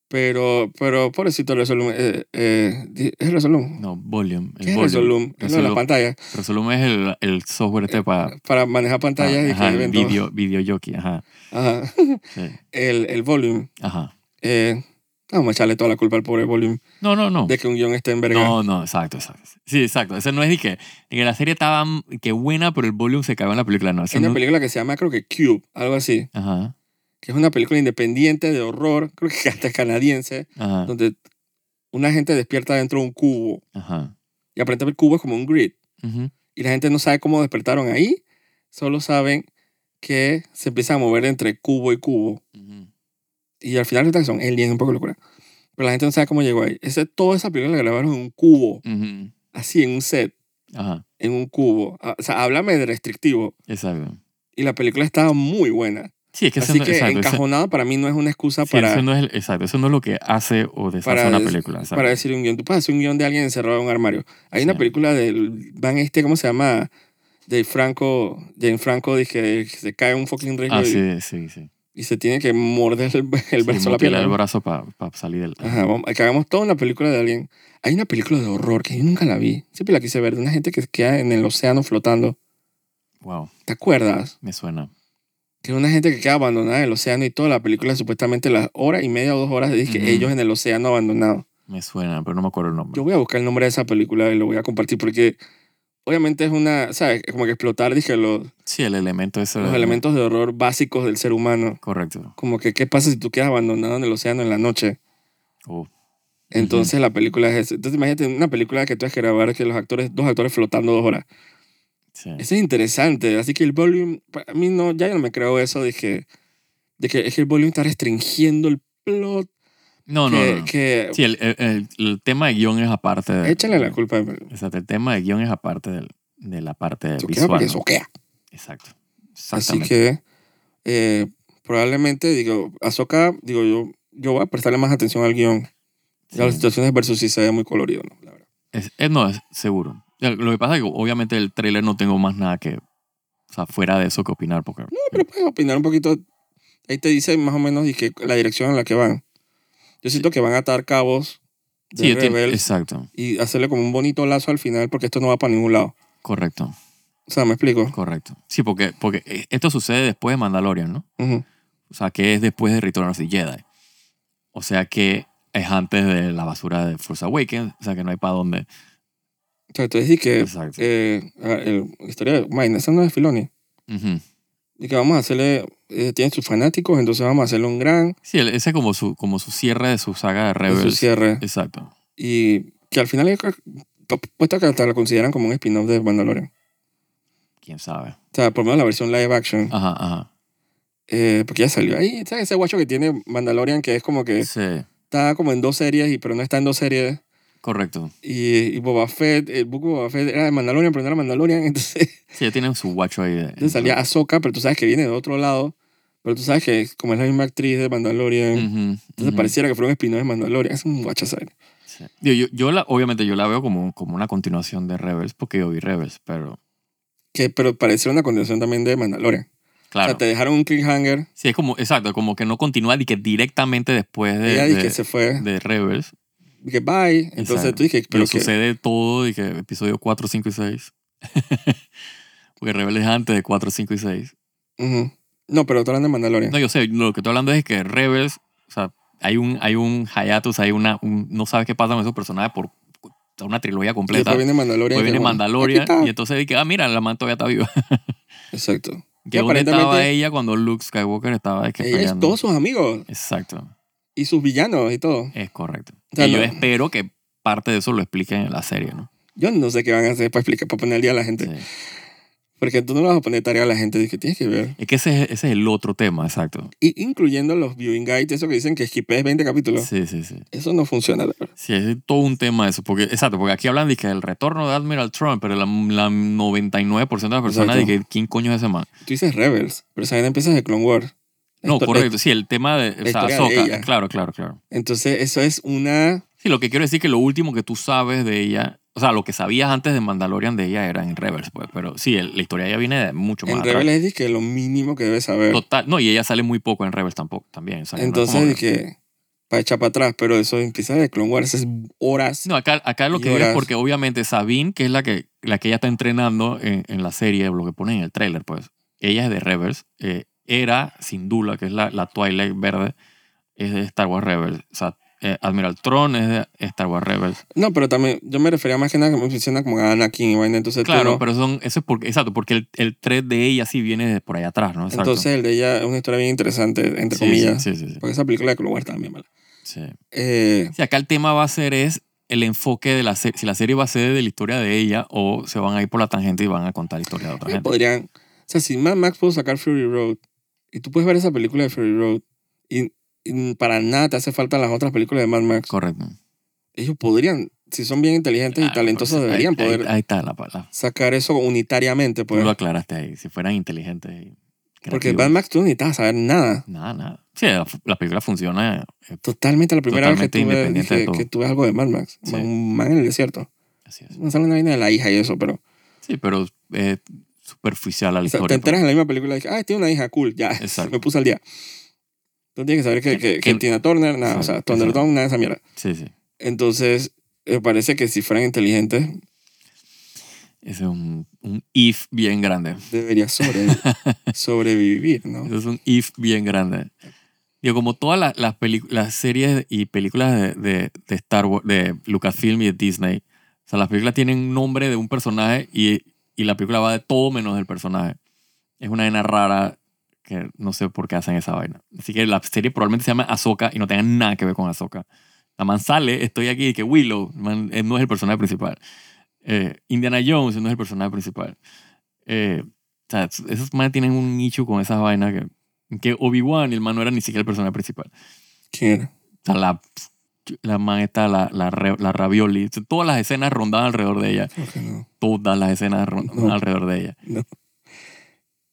[SPEAKER 1] Pero, pero, pobrecito Resolum, eh, eh, di- ¿es Resolum?
[SPEAKER 2] No, volume.
[SPEAKER 1] ¿Qué
[SPEAKER 2] El
[SPEAKER 1] es
[SPEAKER 2] volume.
[SPEAKER 1] Resolum? Es lo de las
[SPEAKER 2] Resolum.
[SPEAKER 1] pantallas.
[SPEAKER 2] Resolum es el, el software este para,
[SPEAKER 1] Para manejar
[SPEAKER 2] para-
[SPEAKER 1] pantallas y
[SPEAKER 2] Ah, ajá,
[SPEAKER 1] que
[SPEAKER 2] el
[SPEAKER 1] eventos.
[SPEAKER 2] video, video jockey, ajá.
[SPEAKER 1] Ajá.
[SPEAKER 2] Sí,
[SPEAKER 1] El, el volume.
[SPEAKER 2] ajá.
[SPEAKER 1] Eh, vamos a echarle toda la culpa al pobre volume
[SPEAKER 2] No, no, no.
[SPEAKER 1] de que un guión esté en verga.
[SPEAKER 2] No, no, exacto, exacto. Sí, exacto. Eso no es ni que, ni que la serie estaba mm, que buena, pero el volumen se cagó en la película. No, eso
[SPEAKER 1] Hay una
[SPEAKER 2] no-
[SPEAKER 1] película que se llama, creo que Cube, algo así,
[SPEAKER 2] Ajá,
[SPEAKER 1] que es una película independiente de horror, creo que hasta es canadiense,
[SPEAKER 2] ajá,
[SPEAKER 1] donde una gente despierta dentro de un cubo
[SPEAKER 2] ajá.
[SPEAKER 1] y aparentemente el cubo es como un grid
[SPEAKER 2] Ujú.
[SPEAKER 1] y la gente no sabe cómo despertaron ahí, solo saben que se empieza a mover entre cubo y cubo
[SPEAKER 2] Ujú.
[SPEAKER 1] y al final resulta que son aliens, un poco de locura. Pero la gente no sabe cómo llegó ahí. Ese, toda esa película la grabaron en un cubo,
[SPEAKER 2] Ujú.
[SPEAKER 1] así en un set,
[SPEAKER 2] Ajá,
[SPEAKER 1] en un cubo. Ah, O sea, háblame de restrictivo.
[SPEAKER 2] exacto.
[SPEAKER 1] Y la película estaba muy buena.
[SPEAKER 2] Sí, es que, eso
[SPEAKER 1] Así
[SPEAKER 2] no,
[SPEAKER 1] que
[SPEAKER 2] exacto, eso-
[SPEAKER 1] encajonado para mí no es una excusa
[SPEAKER 2] sí,
[SPEAKER 1] para,
[SPEAKER 2] eso no es el- exacto, eso no es lo que hace o deshace
[SPEAKER 1] para
[SPEAKER 2] una
[SPEAKER 1] des-
[SPEAKER 2] película. exacto.
[SPEAKER 1] para decir un guión. Tú puedes hacer un guión de alguien encerrado en un armario. Hay una
[SPEAKER 2] Sí.
[SPEAKER 1] película del van este, ¿cómo se llama? De Franco, Jane Franco, dije, que se cae un fucking río
[SPEAKER 2] Ah,
[SPEAKER 1] y,
[SPEAKER 2] sí, sí, sí.
[SPEAKER 1] y se tiene que morder el, el
[SPEAKER 2] Sí,
[SPEAKER 1] brazo a la
[SPEAKER 2] mutilar
[SPEAKER 1] piel.
[SPEAKER 2] el
[SPEAKER 1] ¿no?
[SPEAKER 2] brazo para salir del...
[SPEAKER 1] Ajá, vamos, que hagamos toda una película de alguien. Hay una película de horror que yo nunca la vi. Siempre la quise ver, de una gente que queda en el océano flotando.
[SPEAKER 2] Wow,
[SPEAKER 1] ¿Te acuerdas?
[SPEAKER 2] me suena.
[SPEAKER 1] Que una gente que queda abandonada en el océano y toda la película supuestamente las hora y media o dos horas de disque
[SPEAKER 2] Ujú.
[SPEAKER 1] ellos en el océano abandonado.
[SPEAKER 2] Me suena, pero no me acuerdo el nombre.
[SPEAKER 1] Yo voy a buscar el nombre de esa película y lo voy a compartir porque obviamente es una, ¿sabes? Es Como que explotar, dije, los,
[SPEAKER 2] Sí, el elemento ese...
[SPEAKER 1] los
[SPEAKER 2] de-
[SPEAKER 1] elementos de horror básicos del ser humano.
[SPEAKER 2] Correcto.
[SPEAKER 1] Como que, ¿qué pasa si tú quedas abandonado en el océano en la noche?
[SPEAKER 2] Oh,
[SPEAKER 1] Entonces la película es eso. Entonces imagínate una película que tú que grabar que los actores, dos actores flotando dos horas.
[SPEAKER 2] sí.
[SPEAKER 1] Eso es interesante. Así que el volumen, para mí no, ya yo no me creo eso de que, de que es que el volumen está restringiendo el plot.
[SPEAKER 2] No, no,
[SPEAKER 1] que,
[SPEAKER 2] no, no.
[SPEAKER 1] que
[SPEAKER 2] Sí, el, el- el- el tema de guión es aparte de...
[SPEAKER 1] échale la culpa. a-
[SPEAKER 2] Exacto, el tema de guión es aparte del, de la parte del
[SPEAKER 1] Soquea
[SPEAKER 2] visual.
[SPEAKER 1] porque
[SPEAKER 2] ¿no?
[SPEAKER 1] soquea.
[SPEAKER 2] Exacto.
[SPEAKER 1] Así
[SPEAKER 2] Exactamente.
[SPEAKER 1] que eh, probablemente, digo, Ahsoka, digo yo, yo voy a prestarle más atención al guión y a las
[SPEAKER 2] Sí.
[SPEAKER 1] situaciones versus si se ve muy colorido, ¿no? La verdad.
[SPEAKER 2] Es- es- no, es seguro. Lo que pasa es que obviamente el tráiler no tengo más nada que... O sea, fuera de eso que opinar, porque...
[SPEAKER 1] No, pero puedes opinar un poquito. Ahí te dice más o menos y que la dirección en la que van. Yo siento que van a atar cabos de
[SPEAKER 2] Sí, yo tiene-
[SPEAKER 1] Rebel
[SPEAKER 2] exacto.
[SPEAKER 1] y hacerle como un bonito lazo al final porque esto no va para ningún lado.
[SPEAKER 2] Correcto,
[SPEAKER 1] O sea, ¿me explico?
[SPEAKER 2] correcto. Sí, porque, porque esto sucede después de Mandalorian, ¿no?
[SPEAKER 1] Ujú.
[SPEAKER 2] O sea, que es después de Return of the Jedi. O sea, que es antes de la basura de Force Awakens. O sea, que no hay para dónde.
[SPEAKER 1] O sea, entonces dije que
[SPEAKER 2] Exacto.
[SPEAKER 1] eh, ah, el- la historia de Mine, esa no es de Filoni.
[SPEAKER 2] Ujú.
[SPEAKER 1] Y que vamos a hacerle, eh, tiene sus fanáticos, entonces vamos a hacerle un gran
[SPEAKER 2] Sí, el- ese es como su, como su cierre de su saga de
[SPEAKER 1] en su
[SPEAKER 2] Rebels.
[SPEAKER 1] cierre.
[SPEAKER 2] Exacto.
[SPEAKER 1] Y que al final, puesto que hasta lo consideran como un spin-off de Mandalorian.
[SPEAKER 2] Quién sabe.
[SPEAKER 1] O sea, por lo menos la versión live action.
[SPEAKER 2] Ajá, ajá.
[SPEAKER 1] Eh, porque ya salió ahí. ¿Sabes ese guacho que tiene Mandalorian que es como que
[SPEAKER 2] Sí,
[SPEAKER 1] está como en dos series, y, pero no está en dos series?
[SPEAKER 2] correcto.
[SPEAKER 1] Y, y Boba Fett, el book de Boba Fett era de Mandalorian, pero no era Mandalorian. Entonces,
[SPEAKER 2] Sí, ya tienen su guacho ahí. de-
[SPEAKER 1] entonces salía Ahsoka, pero tú sabes que viene de otro lado. Pero tú sabes que como es la misma actriz de Mandalorian,
[SPEAKER 2] Ujú,
[SPEAKER 1] entonces
[SPEAKER 2] Mm, ujú.
[SPEAKER 1] pareciera que fuera un spin-off de Mandalorian. Es un guacho, ¿sabes?
[SPEAKER 2] Sí. Digo, Yo, yo la, obviamente yo la veo como, como una continuación de Rebels porque yo vi Rebels, pero
[SPEAKER 1] Que, pero pareciera una condición también de Mandalorian. O
[SPEAKER 2] claro.
[SPEAKER 1] sea, te dejaron un cliffhanger.
[SPEAKER 2] Sí, es como, exacto, como que no continúa y que directamente después de,
[SPEAKER 1] ella
[SPEAKER 2] de,
[SPEAKER 1] dice que se fue.
[SPEAKER 2] de Rebels.
[SPEAKER 1] Y que bye. Entonces
[SPEAKER 2] Exacto.
[SPEAKER 1] tú dije,
[SPEAKER 2] Pero
[SPEAKER 1] pero que,
[SPEAKER 2] sucede todo y que episodio 4, 5 y 6. porque Rebels es antes de 4, 5 y 6.
[SPEAKER 1] Ujú. No, pero tú hablas de Mandalorian.
[SPEAKER 2] No, yo sé, lo que estoy hablando es que Rebels, o sea, hay un, hay un hiatus, hay una, un- no sabes qué pasa con esos personajes por o sea, una trilogía
[SPEAKER 1] Y
[SPEAKER 2] completa.
[SPEAKER 1] después viene Mandalorian.
[SPEAKER 2] Después viene
[SPEAKER 1] que, bueno,
[SPEAKER 2] Mandalorian
[SPEAKER 1] aquí está.
[SPEAKER 2] y entonces dije, ah, mira, la man todavía está viva.
[SPEAKER 1] Exacto.
[SPEAKER 2] que
[SPEAKER 1] Y
[SPEAKER 2] dónde estaba
[SPEAKER 1] aparentemente-
[SPEAKER 2] ella cuando Luke Skywalker estaba es que
[SPEAKER 1] Ella es
[SPEAKER 2] peleando?
[SPEAKER 1] todos sus amigos
[SPEAKER 2] Exacto.
[SPEAKER 1] y sus villanos y todo.
[SPEAKER 2] Es correcto.
[SPEAKER 1] O sea,
[SPEAKER 2] y yo
[SPEAKER 1] no-
[SPEAKER 2] espero que parte de eso lo expliquen en la serie, ¿no?
[SPEAKER 1] Yo no sé qué van a hacer para explicar, para poner al día a la gente.
[SPEAKER 2] Sí.
[SPEAKER 1] Porque tú no le vas a poner tarea a la gente de que tienes que ver.
[SPEAKER 2] Es que ese, es- ese es el otro tema, exacto.
[SPEAKER 1] Y incluyendo los viewing guides, eso que dicen que skipees 20 capítulos.
[SPEAKER 2] Sí, sí, sí.
[SPEAKER 1] Eso no funciona. la verdad.
[SPEAKER 2] Sí, es todo un tema eso. Porque, exacto, porque aquí hablan de que el retorno de Admiral Trump, pero la, la 99% de las personas
[SPEAKER 1] Exacto.
[SPEAKER 2] de que ¿quién coño es ese man?
[SPEAKER 1] Tú dices Rebels, pero esa vaina empieza de Clone Wars.
[SPEAKER 2] No,
[SPEAKER 1] Esto-
[SPEAKER 2] correcto. Sí, el tema de, o
[SPEAKER 1] la
[SPEAKER 2] sea,
[SPEAKER 1] historia de
[SPEAKER 2] Ahsoka.
[SPEAKER 1] ella.
[SPEAKER 2] Claro, claro, claro.
[SPEAKER 1] Entonces, eso es una.
[SPEAKER 2] Sí, lo que quiero decir es que lo último que tú sabes de ella, o sea, lo que sabías antes de Mandalorian de ella era en Rebels, pues. Pero sí, el- la historia ya viene de mucho más
[SPEAKER 1] En
[SPEAKER 2] atrás.
[SPEAKER 1] Rebels es de que lo mínimo que debes saber.
[SPEAKER 2] Total. No, y ella sale muy poco en Rebels tampoco, también. o sea, que no es como
[SPEAKER 1] Entonces,
[SPEAKER 2] que-
[SPEAKER 1] de que. Para echar para atrás, pero eso empieza de Clone Wars, es horas.
[SPEAKER 2] No, acá, acá lo
[SPEAKER 1] Y
[SPEAKER 2] que digo es
[SPEAKER 1] horas.
[SPEAKER 2] porque obviamente Sabine, que es la que, la que ella está entrenando en, en la serie, lo que pone en el tráiler, pues, ella es de Rebels, eh, era Sindula, que es la, la Twilight verde, es de Star Wars Rebels. O sea, eh, Admiral Tron es de Star Wars Rebels.
[SPEAKER 1] No, pero también, yo me refería más que nada que me funciona como a Anakin y vaina, entonces tú
[SPEAKER 2] Claro,
[SPEAKER 1] no.
[SPEAKER 2] pero son, eso es porque, exacto, porque el, el thread de ella sí viene de por allá atrás, ¿no? Exacto.
[SPEAKER 1] Entonces el de ella es una historia bien interesante, entre
[SPEAKER 2] Sí,
[SPEAKER 1] comillas.
[SPEAKER 2] sí, sí, sí, sí,
[SPEAKER 1] Porque esa película de Clone Wars estaba bien mala.
[SPEAKER 2] sí.
[SPEAKER 1] Eh,
[SPEAKER 2] Sí, acá el tema va a ser es el enfoque de la serie, si la serie va a ser de la historia de ella o se van a ir por la tangente y van a contar la historia de otra gente.
[SPEAKER 1] podrían... O sea, si Mad Max pudo sacar Fury Road, y tú puedes ver esa película de Fury Road, y, y para nada te hace falta las otras películas de Mad Max,
[SPEAKER 2] Correcto.
[SPEAKER 1] ellos podrían, si son bien inteligentes y
[SPEAKER 2] Ah,
[SPEAKER 1] talentosos,
[SPEAKER 2] pues, ahí-
[SPEAKER 1] deberían
[SPEAKER 2] ahí-
[SPEAKER 1] poder
[SPEAKER 2] Ahí, está la palabra.
[SPEAKER 1] sacar eso unitariamente,
[SPEAKER 2] Tú
[SPEAKER 1] pues.
[SPEAKER 2] lo aclaraste ahí. Si fueran inteligentes. y
[SPEAKER 1] Porque
[SPEAKER 2] creativos.
[SPEAKER 1] Mad Max tú no necesitas saber nada.
[SPEAKER 2] Nada, nada. Sí, la, la película funciona. eh,
[SPEAKER 1] Totalmente la primera
[SPEAKER 2] Totalmente
[SPEAKER 1] vez que tuve,
[SPEAKER 2] independiente de
[SPEAKER 1] dije,
[SPEAKER 2] todo.
[SPEAKER 1] que tuve algo de Mad Max.
[SPEAKER 2] Sí.
[SPEAKER 1] Un man en el desierto.
[SPEAKER 2] Así es.
[SPEAKER 1] No sale una vaina de la hija y eso, pero...
[SPEAKER 2] Sí, pero es superficial a la
[SPEAKER 1] O sea,
[SPEAKER 2] historia.
[SPEAKER 1] te enteras
[SPEAKER 2] pues.
[SPEAKER 1] en la misma película de que, ay, tiene una hija, cool, ya,
[SPEAKER 2] Exacto.
[SPEAKER 1] me puse al día. Tú tienes que saber que, que, que
[SPEAKER 2] Que-
[SPEAKER 1] Tina Turner, nada, o
[SPEAKER 2] Exacto,
[SPEAKER 1] sea, Thunderdome, nada de esa mierda.
[SPEAKER 2] pues. Sí, sí.
[SPEAKER 1] Entonces, me parece que si fueran inteligentes,
[SPEAKER 2] Ese es un, un if bien grande.
[SPEAKER 1] debería sobre, sobrevivir, ¿no?
[SPEAKER 2] Ese es un if bien grande. Digo, como todas las, las, pelicu- las series y películas de, de, de Star Wars, de Lucasfilm y de Disney, o sea, las películas tienen un nombre de un personaje y, y la película va de todo menos del personaje. Es una vaina rara que no sé por qué hacen esa vaina. Así que la serie probablemente se llama Ahsoka y no tenga nada que ver con Ahsoka. La man sale, estoy aquí, y que Willow man, eh, no es el personaje principal. Eh, Indiana Jones no es el personaje principal. Eh, o sea, es- esos manes tienen un nicho con esas vainas que, que Obi-Wan, el man no era ni siquiera el personaje principal.
[SPEAKER 1] ¿Quién era?
[SPEAKER 2] O sea, la la man está, la, la, re- la ravioli. Todas las escenas rondaban alrededor de ella.
[SPEAKER 1] Creo que no.
[SPEAKER 2] Todas las escenas rondaban
[SPEAKER 1] No.
[SPEAKER 2] alrededor de ella.
[SPEAKER 1] No.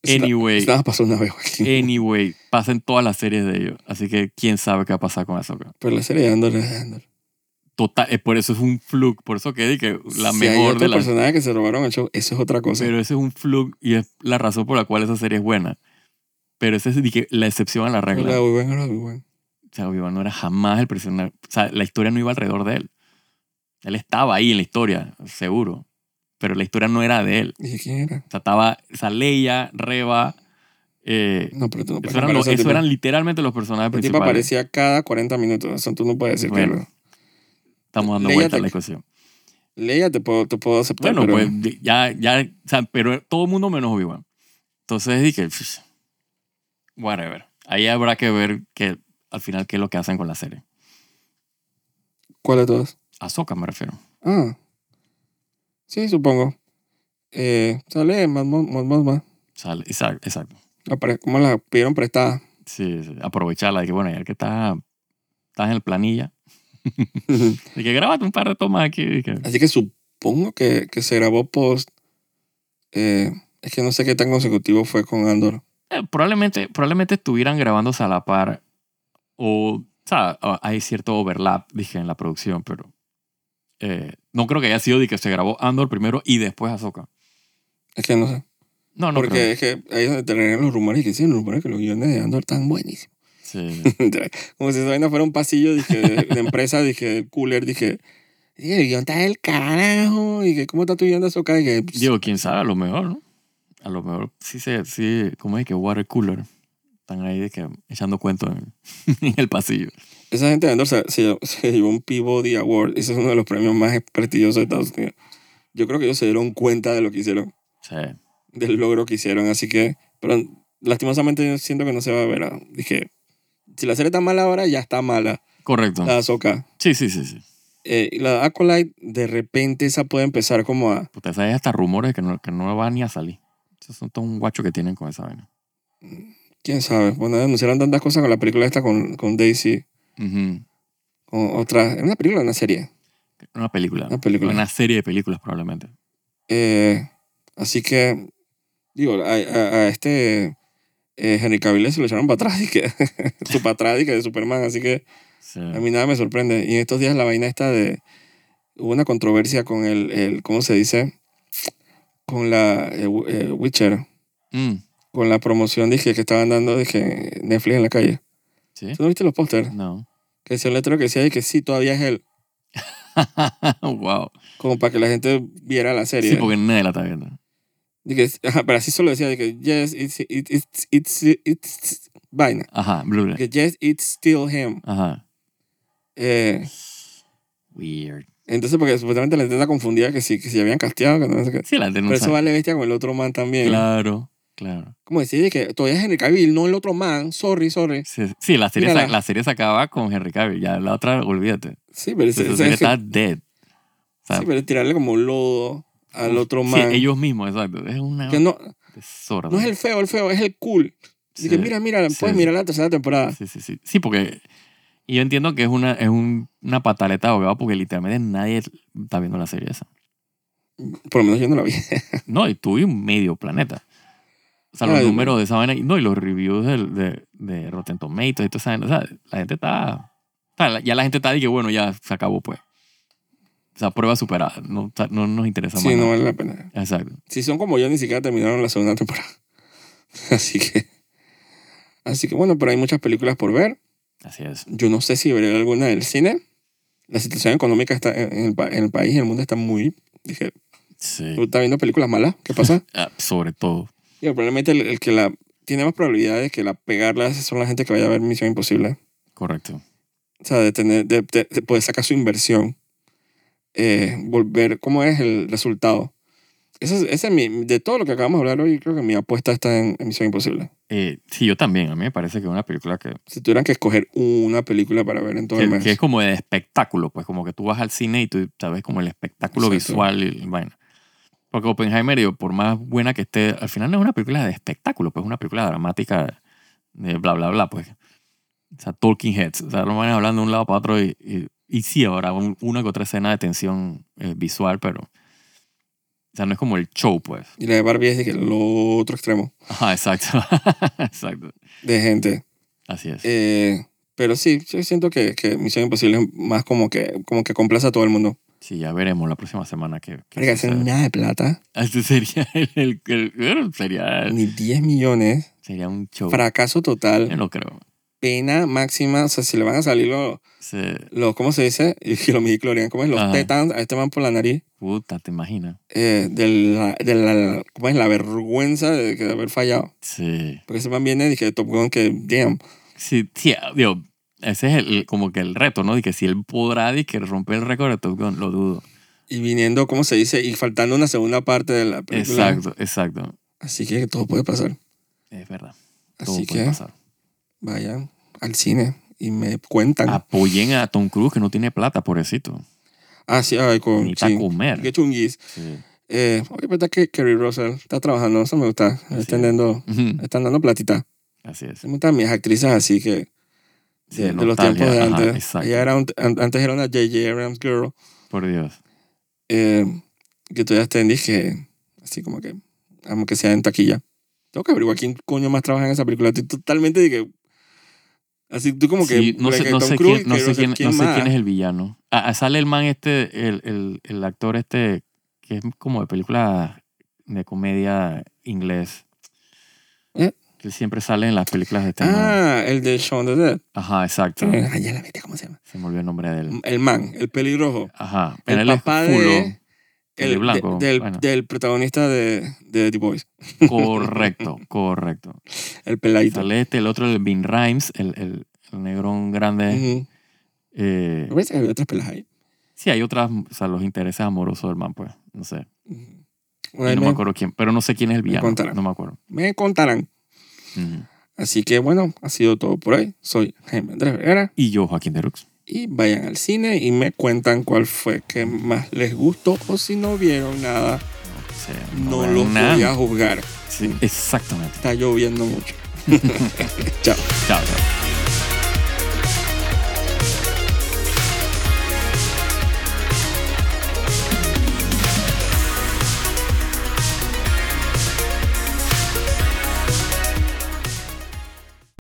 [SPEAKER 1] Eso na-
[SPEAKER 2] Anyway, Eh,
[SPEAKER 1] eso Nada más pasó una vez, Joaquín.
[SPEAKER 2] anyway, pasan todas las series de ellos. Así que quién sabe qué va a pasar con eso. bro.
[SPEAKER 1] Pero la serie de Andor es de Andor.
[SPEAKER 2] Total, eh, por eso es un fluke. Por eso que dije la
[SPEAKER 1] si hay
[SPEAKER 2] mejor
[SPEAKER 1] otro
[SPEAKER 2] de las.
[SPEAKER 1] personaje que se robaron el show, eso es otra cosa.
[SPEAKER 2] Pero ese es un fluke y es la razón por la cual esa serie es buena. Pero esa es dije, la excepción a la
[SPEAKER 1] Pero
[SPEAKER 2] regla.
[SPEAKER 1] la de Obi-Wan era Obi-Wan.
[SPEAKER 2] O sea, Obi-Wan no era jamás el prisionero. O sea, la historia no iba alrededor de él. Él estaba ahí en la historia, seguro. Pero la historia no era de él.
[SPEAKER 1] ¿Y de quién era?
[SPEAKER 2] O sea, estaba o sea, Leia, Reba. eh,
[SPEAKER 1] No, pero tú no puedes
[SPEAKER 2] eso eran,
[SPEAKER 1] comparar
[SPEAKER 2] los-
[SPEAKER 1] ese
[SPEAKER 2] eso
[SPEAKER 1] tipo.
[SPEAKER 2] eran literalmente los personajes
[SPEAKER 1] El tipo
[SPEAKER 2] principales.
[SPEAKER 1] aparecía cada 40 minutos. Eso tú no puedes decir
[SPEAKER 2] Bueno.
[SPEAKER 1] que lo-
[SPEAKER 2] Estamos dando
[SPEAKER 1] Leia
[SPEAKER 2] vuelta a la
[SPEAKER 1] te-
[SPEAKER 2] ecuación.
[SPEAKER 1] Leia te puedo, te puedo aceptar.
[SPEAKER 2] Bueno,
[SPEAKER 1] pero
[SPEAKER 2] pues ya, ya, o sea, pero todo el mundo menos Obi-Wan. Entonces dije, "Pff, whatever. Ahí habrá que ver que, al final qué es lo que hacen con la serie.
[SPEAKER 1] ¿Cuál de todas?
[SPEAKER 2] A Soka me refiero.
[SPEAKER 1] Ah. Sí, supongo. Eh, sale más, más, más, más, más.
[SPEAKER 2] O sea, exacto, exacto.
[SPEAKER 1] Apare- ¿Cómo la pidieron prestada?
[SPEAKER 2] Sí, sí, aprovecharla. De que, bueno, ya que estás, estás en el planilla, de que grábate un par de tomas aquí. de que-
[SPEAKER 1] Así que supongo que, que se grabó post. eh, es que no sé qué tan consecutivo fue con Andor.
[SPEAKER 2] eh, probablemente, probablemente estuvieran grabándose a la par. O, o sea, a- hay cierto overlap, dije, en la producción, pero eh, no creo que haya sido de que se grabó Andor primero y después Ahsoka.
[SPEAKER 1] Es que no sé.
[SPEAKER 2] No, no
[SPEAKER 1] Porque
[SPEAKER 2] creo.
[SPEAKER 1] es que ahí es donde te regresan los rumores y que sí, los rumores que los guiones de Andor están buenísimos.
[SPEAKER 2] Sí,
[SPEAKER 1] Como si esa vaina fuera un pasillo dije, de, de empresa, dije, de cooler, dije, "Sí, el guión está del carajo, y que cómo está tu guión de Azoka, y que,
[SPEAKER 2] Digo, quién sabe, a lo mejor, ¿no? A lo mejor sí se, sí, ¿cómo es que water cooler? Están ahí de que echando cuentos en, en el pasillo.
[SPEAKER 1] Esa gente de Andor se, se- se llevó un Peabody Award. Ese es uno de los premios más prestigiosos de Estados Unidos. Yo creo que ellos se dieron cuenta de lo que hicieron,
[SPEAKER 2] Sí.
[SPEAKER 1] del logro que hicieron. Así que, pero lastimosamente yo siento que no se va a ver. ah, Dije, si la serie está mala ahora, ya está mala.
[SPEAKER 2] Correcto.
[SPEAKER 1] La Azoka.
[SPEAKER 2] Sí, sí, sí, sí.
[SPEAKER 1] la Acolyte, de repente esa puede empezar como a...
[SPEAKER 2] Puta, esa es hasta rumores que no, que no va ni a salir. Eso son todo un guacho que tienen con esa vaina.
[SPEAKER 1] ¿Quién sabe? Bueno, anunciaron tantas cosas con la película esta, con, con Daisy,
[SPEAKER 2] Ujú.
[SPEAKER 1] con otra... ¿Es una película o una serie?
[SPEAKER 2] Una película.
[SPEAKER 1] Una película.
[SPEAKER 2] Ah, Una serie de películas, probablemente.
[SPEAKER 1] Eh, así que, digo, a, a- a este eh, Henry Cavill se lo echaron para atrás, y que, su para atrás, y que de Superman, así que
[SPEAKER 2] Sí.
[SPEAKER 1] a mí nada me sorprende. Y en estos días la vaina esta de, hubo una controversia con el, el ¿cómo se dice? Con la eh, Wi- eh, Witcher,
[SPEAKER 2] Mm,
[SPEAKER 1] con la promoción, dije, que estaban dando, dije, Netflix en la calle.
[SPEAKER 2] ¿Sí?
[SPEAKER 1] ¿Tú no viste los pósters?
[SPEAKER 2] No.
[SPEAKER 1] Que decía un letrero que decía, y que sí, todavía es él,
[SPEAKER 2] wow.
[SPEAKER 1] como para que la gente viera la serie.
[SPEAKER 2] Sí, porque nadie la está viendo.
[SPEAKER 1] De que- ajá, pero así solo decía de que yes, it's, it- it's, it's, it's, vaina.
[SPEAKER 2] Ajá, Blu-ray.
[SPEAKER 1] Que yes, it's still him.
[SPEAKER 2] Ajá.
[SPEAKER 1] Eh,
[SPEAKER 2] Weird.
[SPEAKER 1] entonces, porque supuestamente la gente está confundida que si, que si habían casteado, que no sé qué.
[SPEAKER 2] Sí, la gente no
[SPEAKER 1] Pero eso
[SPEAKER 2] sabe.
[SPEAKER 1] vale bestia con el otro man también.
[SPEAKER 2] Claro, claro.
[SPEAKER 1] Como decir de que todavía es Henry Cavill, no el otro man. Sorry, sorry.
[SPEAKER 2] Sí, sí, la, serie
[SPEAKER 1] Mírala.
[SPEAKER 2] se, la serie se acaba con Henry Cavill. Ya la otra, olvídate.
[SPEAKER 1] Sí, pero, es-
[SPEAKER 2] Esa
[SPEAKER 1] es-
[SPEAKER 2] serie
[SPEAKER 1] es que-
[SPEAKER 2] está dead. O sea,
[SPEAKER 1] sí, pero tirarle como lodo al otro
[SPEAKER 2] sí,
[SPEAKER 1] man.
[SPEAKER 2] ellos mismos, exacto. Es una
[SPEAKER 1] Que no,
[SPEAKER 2] desorden.
[SPEAKER 1] no es el feo, el feo, es el cool. Así
[SPEAKER 2] Sí.
[SPEAKER 1] que mira, mira,
[SPEAKER 2] Sí,
[SPEAKER 1] puedes
[SPEAKER 2] sí.
[SPEAKER 1] mirar la tercera temporada.
[SPEAKER 2] Sí, sí, sí. Sí, porque y yo entiendo que es una, es un- una pataleta de abogado porque literalmente nadie está viendo la serie esa.
[SPEAKER 1] Por lo menos yo no la vi.
[SPEAKER 2] No, y tuve un medio planeta. O sea, los
[SPEAKER 1] Ay.
[SPEAKER 2] números de esa vaina. y- No, y los reviews del- de, de, Rotten Tomatoes y toda esa vaina. O sea, la gente está... o sea, la- ya la gente está y que bueno, ya se acabó pues. O sea, prueba superada. No, o sea, no nos interesa
[SPEAKER 1] Sí,
[SPEAKER 2] más.
[SPEAKER 1] no
[SPEAKER 2] nada.
[SPEAKER 1] vale la pena.
[SPEAKER 2] Exacto.
[SPEAKER 1] si son como yo, ni siquiera terminaron la segunda temporada. Así que. Así que bueno, pero hay muchas películas por ver.
[SPEAKER 2] Así es.
[SPEAKER 1] Yo no sé si veré alguna del cine. La situación económica está en en el, pa- en el país, en el mundo está muy. Dije,
[SPEAKER 2] Sí.
[SPEAKER 1] ¿tú estás viendo películas malas? ¿Qué pasa?
[SPEAKER 2] Ah, sobre todo.
[SPEAKER 1] Digo, probablemente el, el que la tiene más probabilidades de que la pegarla son la gente que vaya a ver Misión Imposible.
[SPEAKER 2] Correcto.
[SPEAKER 1] O sea, de, tener, de, de- de poder sacar su inversión. Eh, volver, ¿cómo es el resultado? Ese es, ese es mi, de todo lo que acabamos de hablar hoy, creo que mi apuesta está en- en Misión Imposible.
[SPEAKER 2] Eh, sí, yo también. A mí me parece que es una película que
[SPEAKER 1] si tuvieran que escoger una película para ver en todo el
[SPEAKER 2] que,
[SPEAKER 1] mes.
[SPEAKER 2] que es como de espectáculo, pues como que tú vas al cine y tú sabes como el espectáculo
[SPEAKER 1] Exacto.
[SPEAKER 2] visual y bueno. Porque Oppenheimer, digo, por más buena que esté, al final no es una película de espectáculo, pues es una película dramática de bla, bla, bla, pues. O sea, Talking Heads. O sea, lo van hablando de un lado para otro y, y- Y sí, habrá un- una que otra escena de tensión eh, visual, pero. O sea, no es como el show, pues.
[SPEAKER 1] Y la de Barbie es de que el otro extremo
[SPEAKER 2] Ajá, exacto. exacto.
[SPEAKER 1] de gente.
[SPEAKER 2] Así es.
[SPEAKER 1] Eh, pero sí, yo siento que, que Misión Imposible es más como que, como que complace a todo el mundo.
[SPEAKER 2] Sí, ya veremos la próxima semana que.
[SPEAKER 1] Marica, hacen nada de plata,
[SPEAKER 2] sería el, el- el- sería,
[SPEAKER 1] ni 10 millones,
[SPEAKER 2] sería un show.
[SPEAKER 1] fracaso
[SPEAKER 2] Yo
[SPEAKER 1] total,
[SPEAKER 2] no creo.
[SPEAKER 1] pena máxima. O sea, si le van a salir los,
[SPEAKER 2] Se,
[SPEAKER 1] los ¿cómo se dice? Y que los midichlorian, ¿cómo es? Los
[SPEAKER 2] Ajá.
[SPEAKER 1] tetans a este man por la nariz.
[SPEAKER 2] puta, te imaginas.
[SPEAKER 1] eh, de, la, de la- ¿cómo es? La vergüenza de, de haber fallado.
[SPEAKER 2] Sí.
[SPEAKER 1] Porque ese man viene, dije, Top Gun, que damn.
[SPEAKER 2] Sí, sí, ah, digo, ese es el, como que el reto, ¿no? Y que si él podrá y que romper el récord de Top Gun, lo dudo.
[SPEAKER 1] Y viniendo, ¿cómo se dice? Y faltando una segunda parte de la película.
[SPEAKER 2] Exacto, exacto.
[SPEAKER 1] Así que todo puede pasar.
[SPEAKER 2] Es verdad. Todo
[SPEAKER 1] Así
[SPEAKER 2] puede
[SPEAKER 1] que
[SPEAKER 2] pasar.
[SPEAKER 1] vayan al cine y me cuentan. Ah,
[SPEAKER 2] Apoyen a Tom Cruise que no tiene plata, pobrecito.
[SPEAKER 1] Ah, sí, ay, con.
[SPEAKER 2] Necesita
[SPEAKER 1] Sí.
[SPEAKER 2] comer.
[SPEAKER 1] Qué chunguis.
[SPEAKER 2] Sí.
[SPEAKER 1] Eh, oye, verdad que Kerry Russell está trabajando, eso me gusta.
[SPEAKER 2] es.
[SPEAKER 1] Están dando,
[SPEAKER 2] Ujú,
[SPEAKER 1] están dando platita.
[SPEAKER 2] Así es.
[SPEAKER 1] Me gustan mis actrices así que
[SPEAKER 2] Sí,
[SPEAKER 1] de, de los
[SPEAKER 2] nostalgia,
[SPEAKER 1] tiempos de
[SPEAKER 2] ajá,
[SPEAKER 1] antes.
[SPEAKER 2] exacto.
[SPEAKER 1] Ella era un- an- antes era una J.J. Abrams girl
[SPEAKER 2] Por Dios.
[SPEAKER 1] eh, que todavía está en dije, así como que, aunque sea en taquilla. Tengo que averiguar quién coño más trabaja en esa película. Estoy totalmente de que. Así tú como que.
[SPEAKER 2] Sí, no sé,
[SPEAKER 1] que
[SPEAKER 2] no
[SPEAKER 1] Tom
[SPEAKER 2] sé
[SPEAKER 1] Cruise
[SPEAKER 2] quién, no
[SPEAKER 1] y
[SPEAKER 2] sé
[SPEAKER 1] Kerry Russell,
[SPEAKER 2] quién, no sé
[SPEAKER 1] más?
[SPEAKER 2] quién es el villano. Ah, ah, sale el man este, el, el, el actor este, que es como de película de comedia inglés.
[SPEAKER 1] ¿Eh?
[SPEAKER 2] Que siempre sale en las películas de este man.
[SPEAKER 1] Ah, el de Shaun the Dead.
[SPEAKER 2] Ajá, exacto.
[SPEAKER 1] Ah, ya la viste, ¿cómo se llama?
[SPEAKER 2] Se me olvidó el nombre de él.
[SPEAKER 1] El man, el pelirrojo.
[SPEAKER 2] Ajá.
[SPEAKER 1] El
[SPEAKER 2] Pero él es
[SPEAKER 1] papá de-
[SPEAKER 2] culo.
[SPEAKER 1] El,
[SPEAKER 2] El blanco,
[SPEAKER 1] de- del,
[SPEAKER 2] bueno.
[SPEAKER 1] del protagonista de, de The Boys.
[SPEAKER 2] Correcto, correcto.
[SPEAKER 1] El peladito.
[SPEAKER 2] Sale este, el otro, el Vin Rhymes, el, el, el negrón grande.
[SPEAKER 1] Ujú.
[SPEAKER 2] Eh,
[SPEAKER 1] Me parece que había otras pelas ahí.
[SPEAKER 2] sí, hay otras, o sea, los intereses amorosos del man, pues. No sé.
[SPEAKER 1] Ujú.
[SPEAKER 2] Y
[SPEAKER 1] Una vez
[SPEAKER 2] no
[SPEAKER 1] me,
[SPEAKER 2] me acuerdo quién, pero no sé quién es el villano.
[SPEAKER 1] contarán.
[SPEAKER 2] No me acuerdo.
[SPEAKER 1] me contarán.
[SPEAKER 2] Ujú.
[SPEAKER 1] Así que bueno, ha sido todo por hoy. Soy Jaime Andrés Vergara.
[SPEAKER 2] Y yo, Joaquín Derux.
[SPEAKER 1] y vayan al cine y me cuentan cuál fue que más les gustó o si no vieron nada,
[SPEAKER 2] No, sé,
[SPEAKER 1] no
[SPEAKER 2] veo
[SPEAKER 1] los
[SPEAKER 2] nada.
[SPEAKER 1] voy a juzgar.
[SPEAKER 2] Sí, exactamente.
[SPEAKER 1] Está lloviendo mucho. Chao.
[SPEAKER 2] Chao, chao.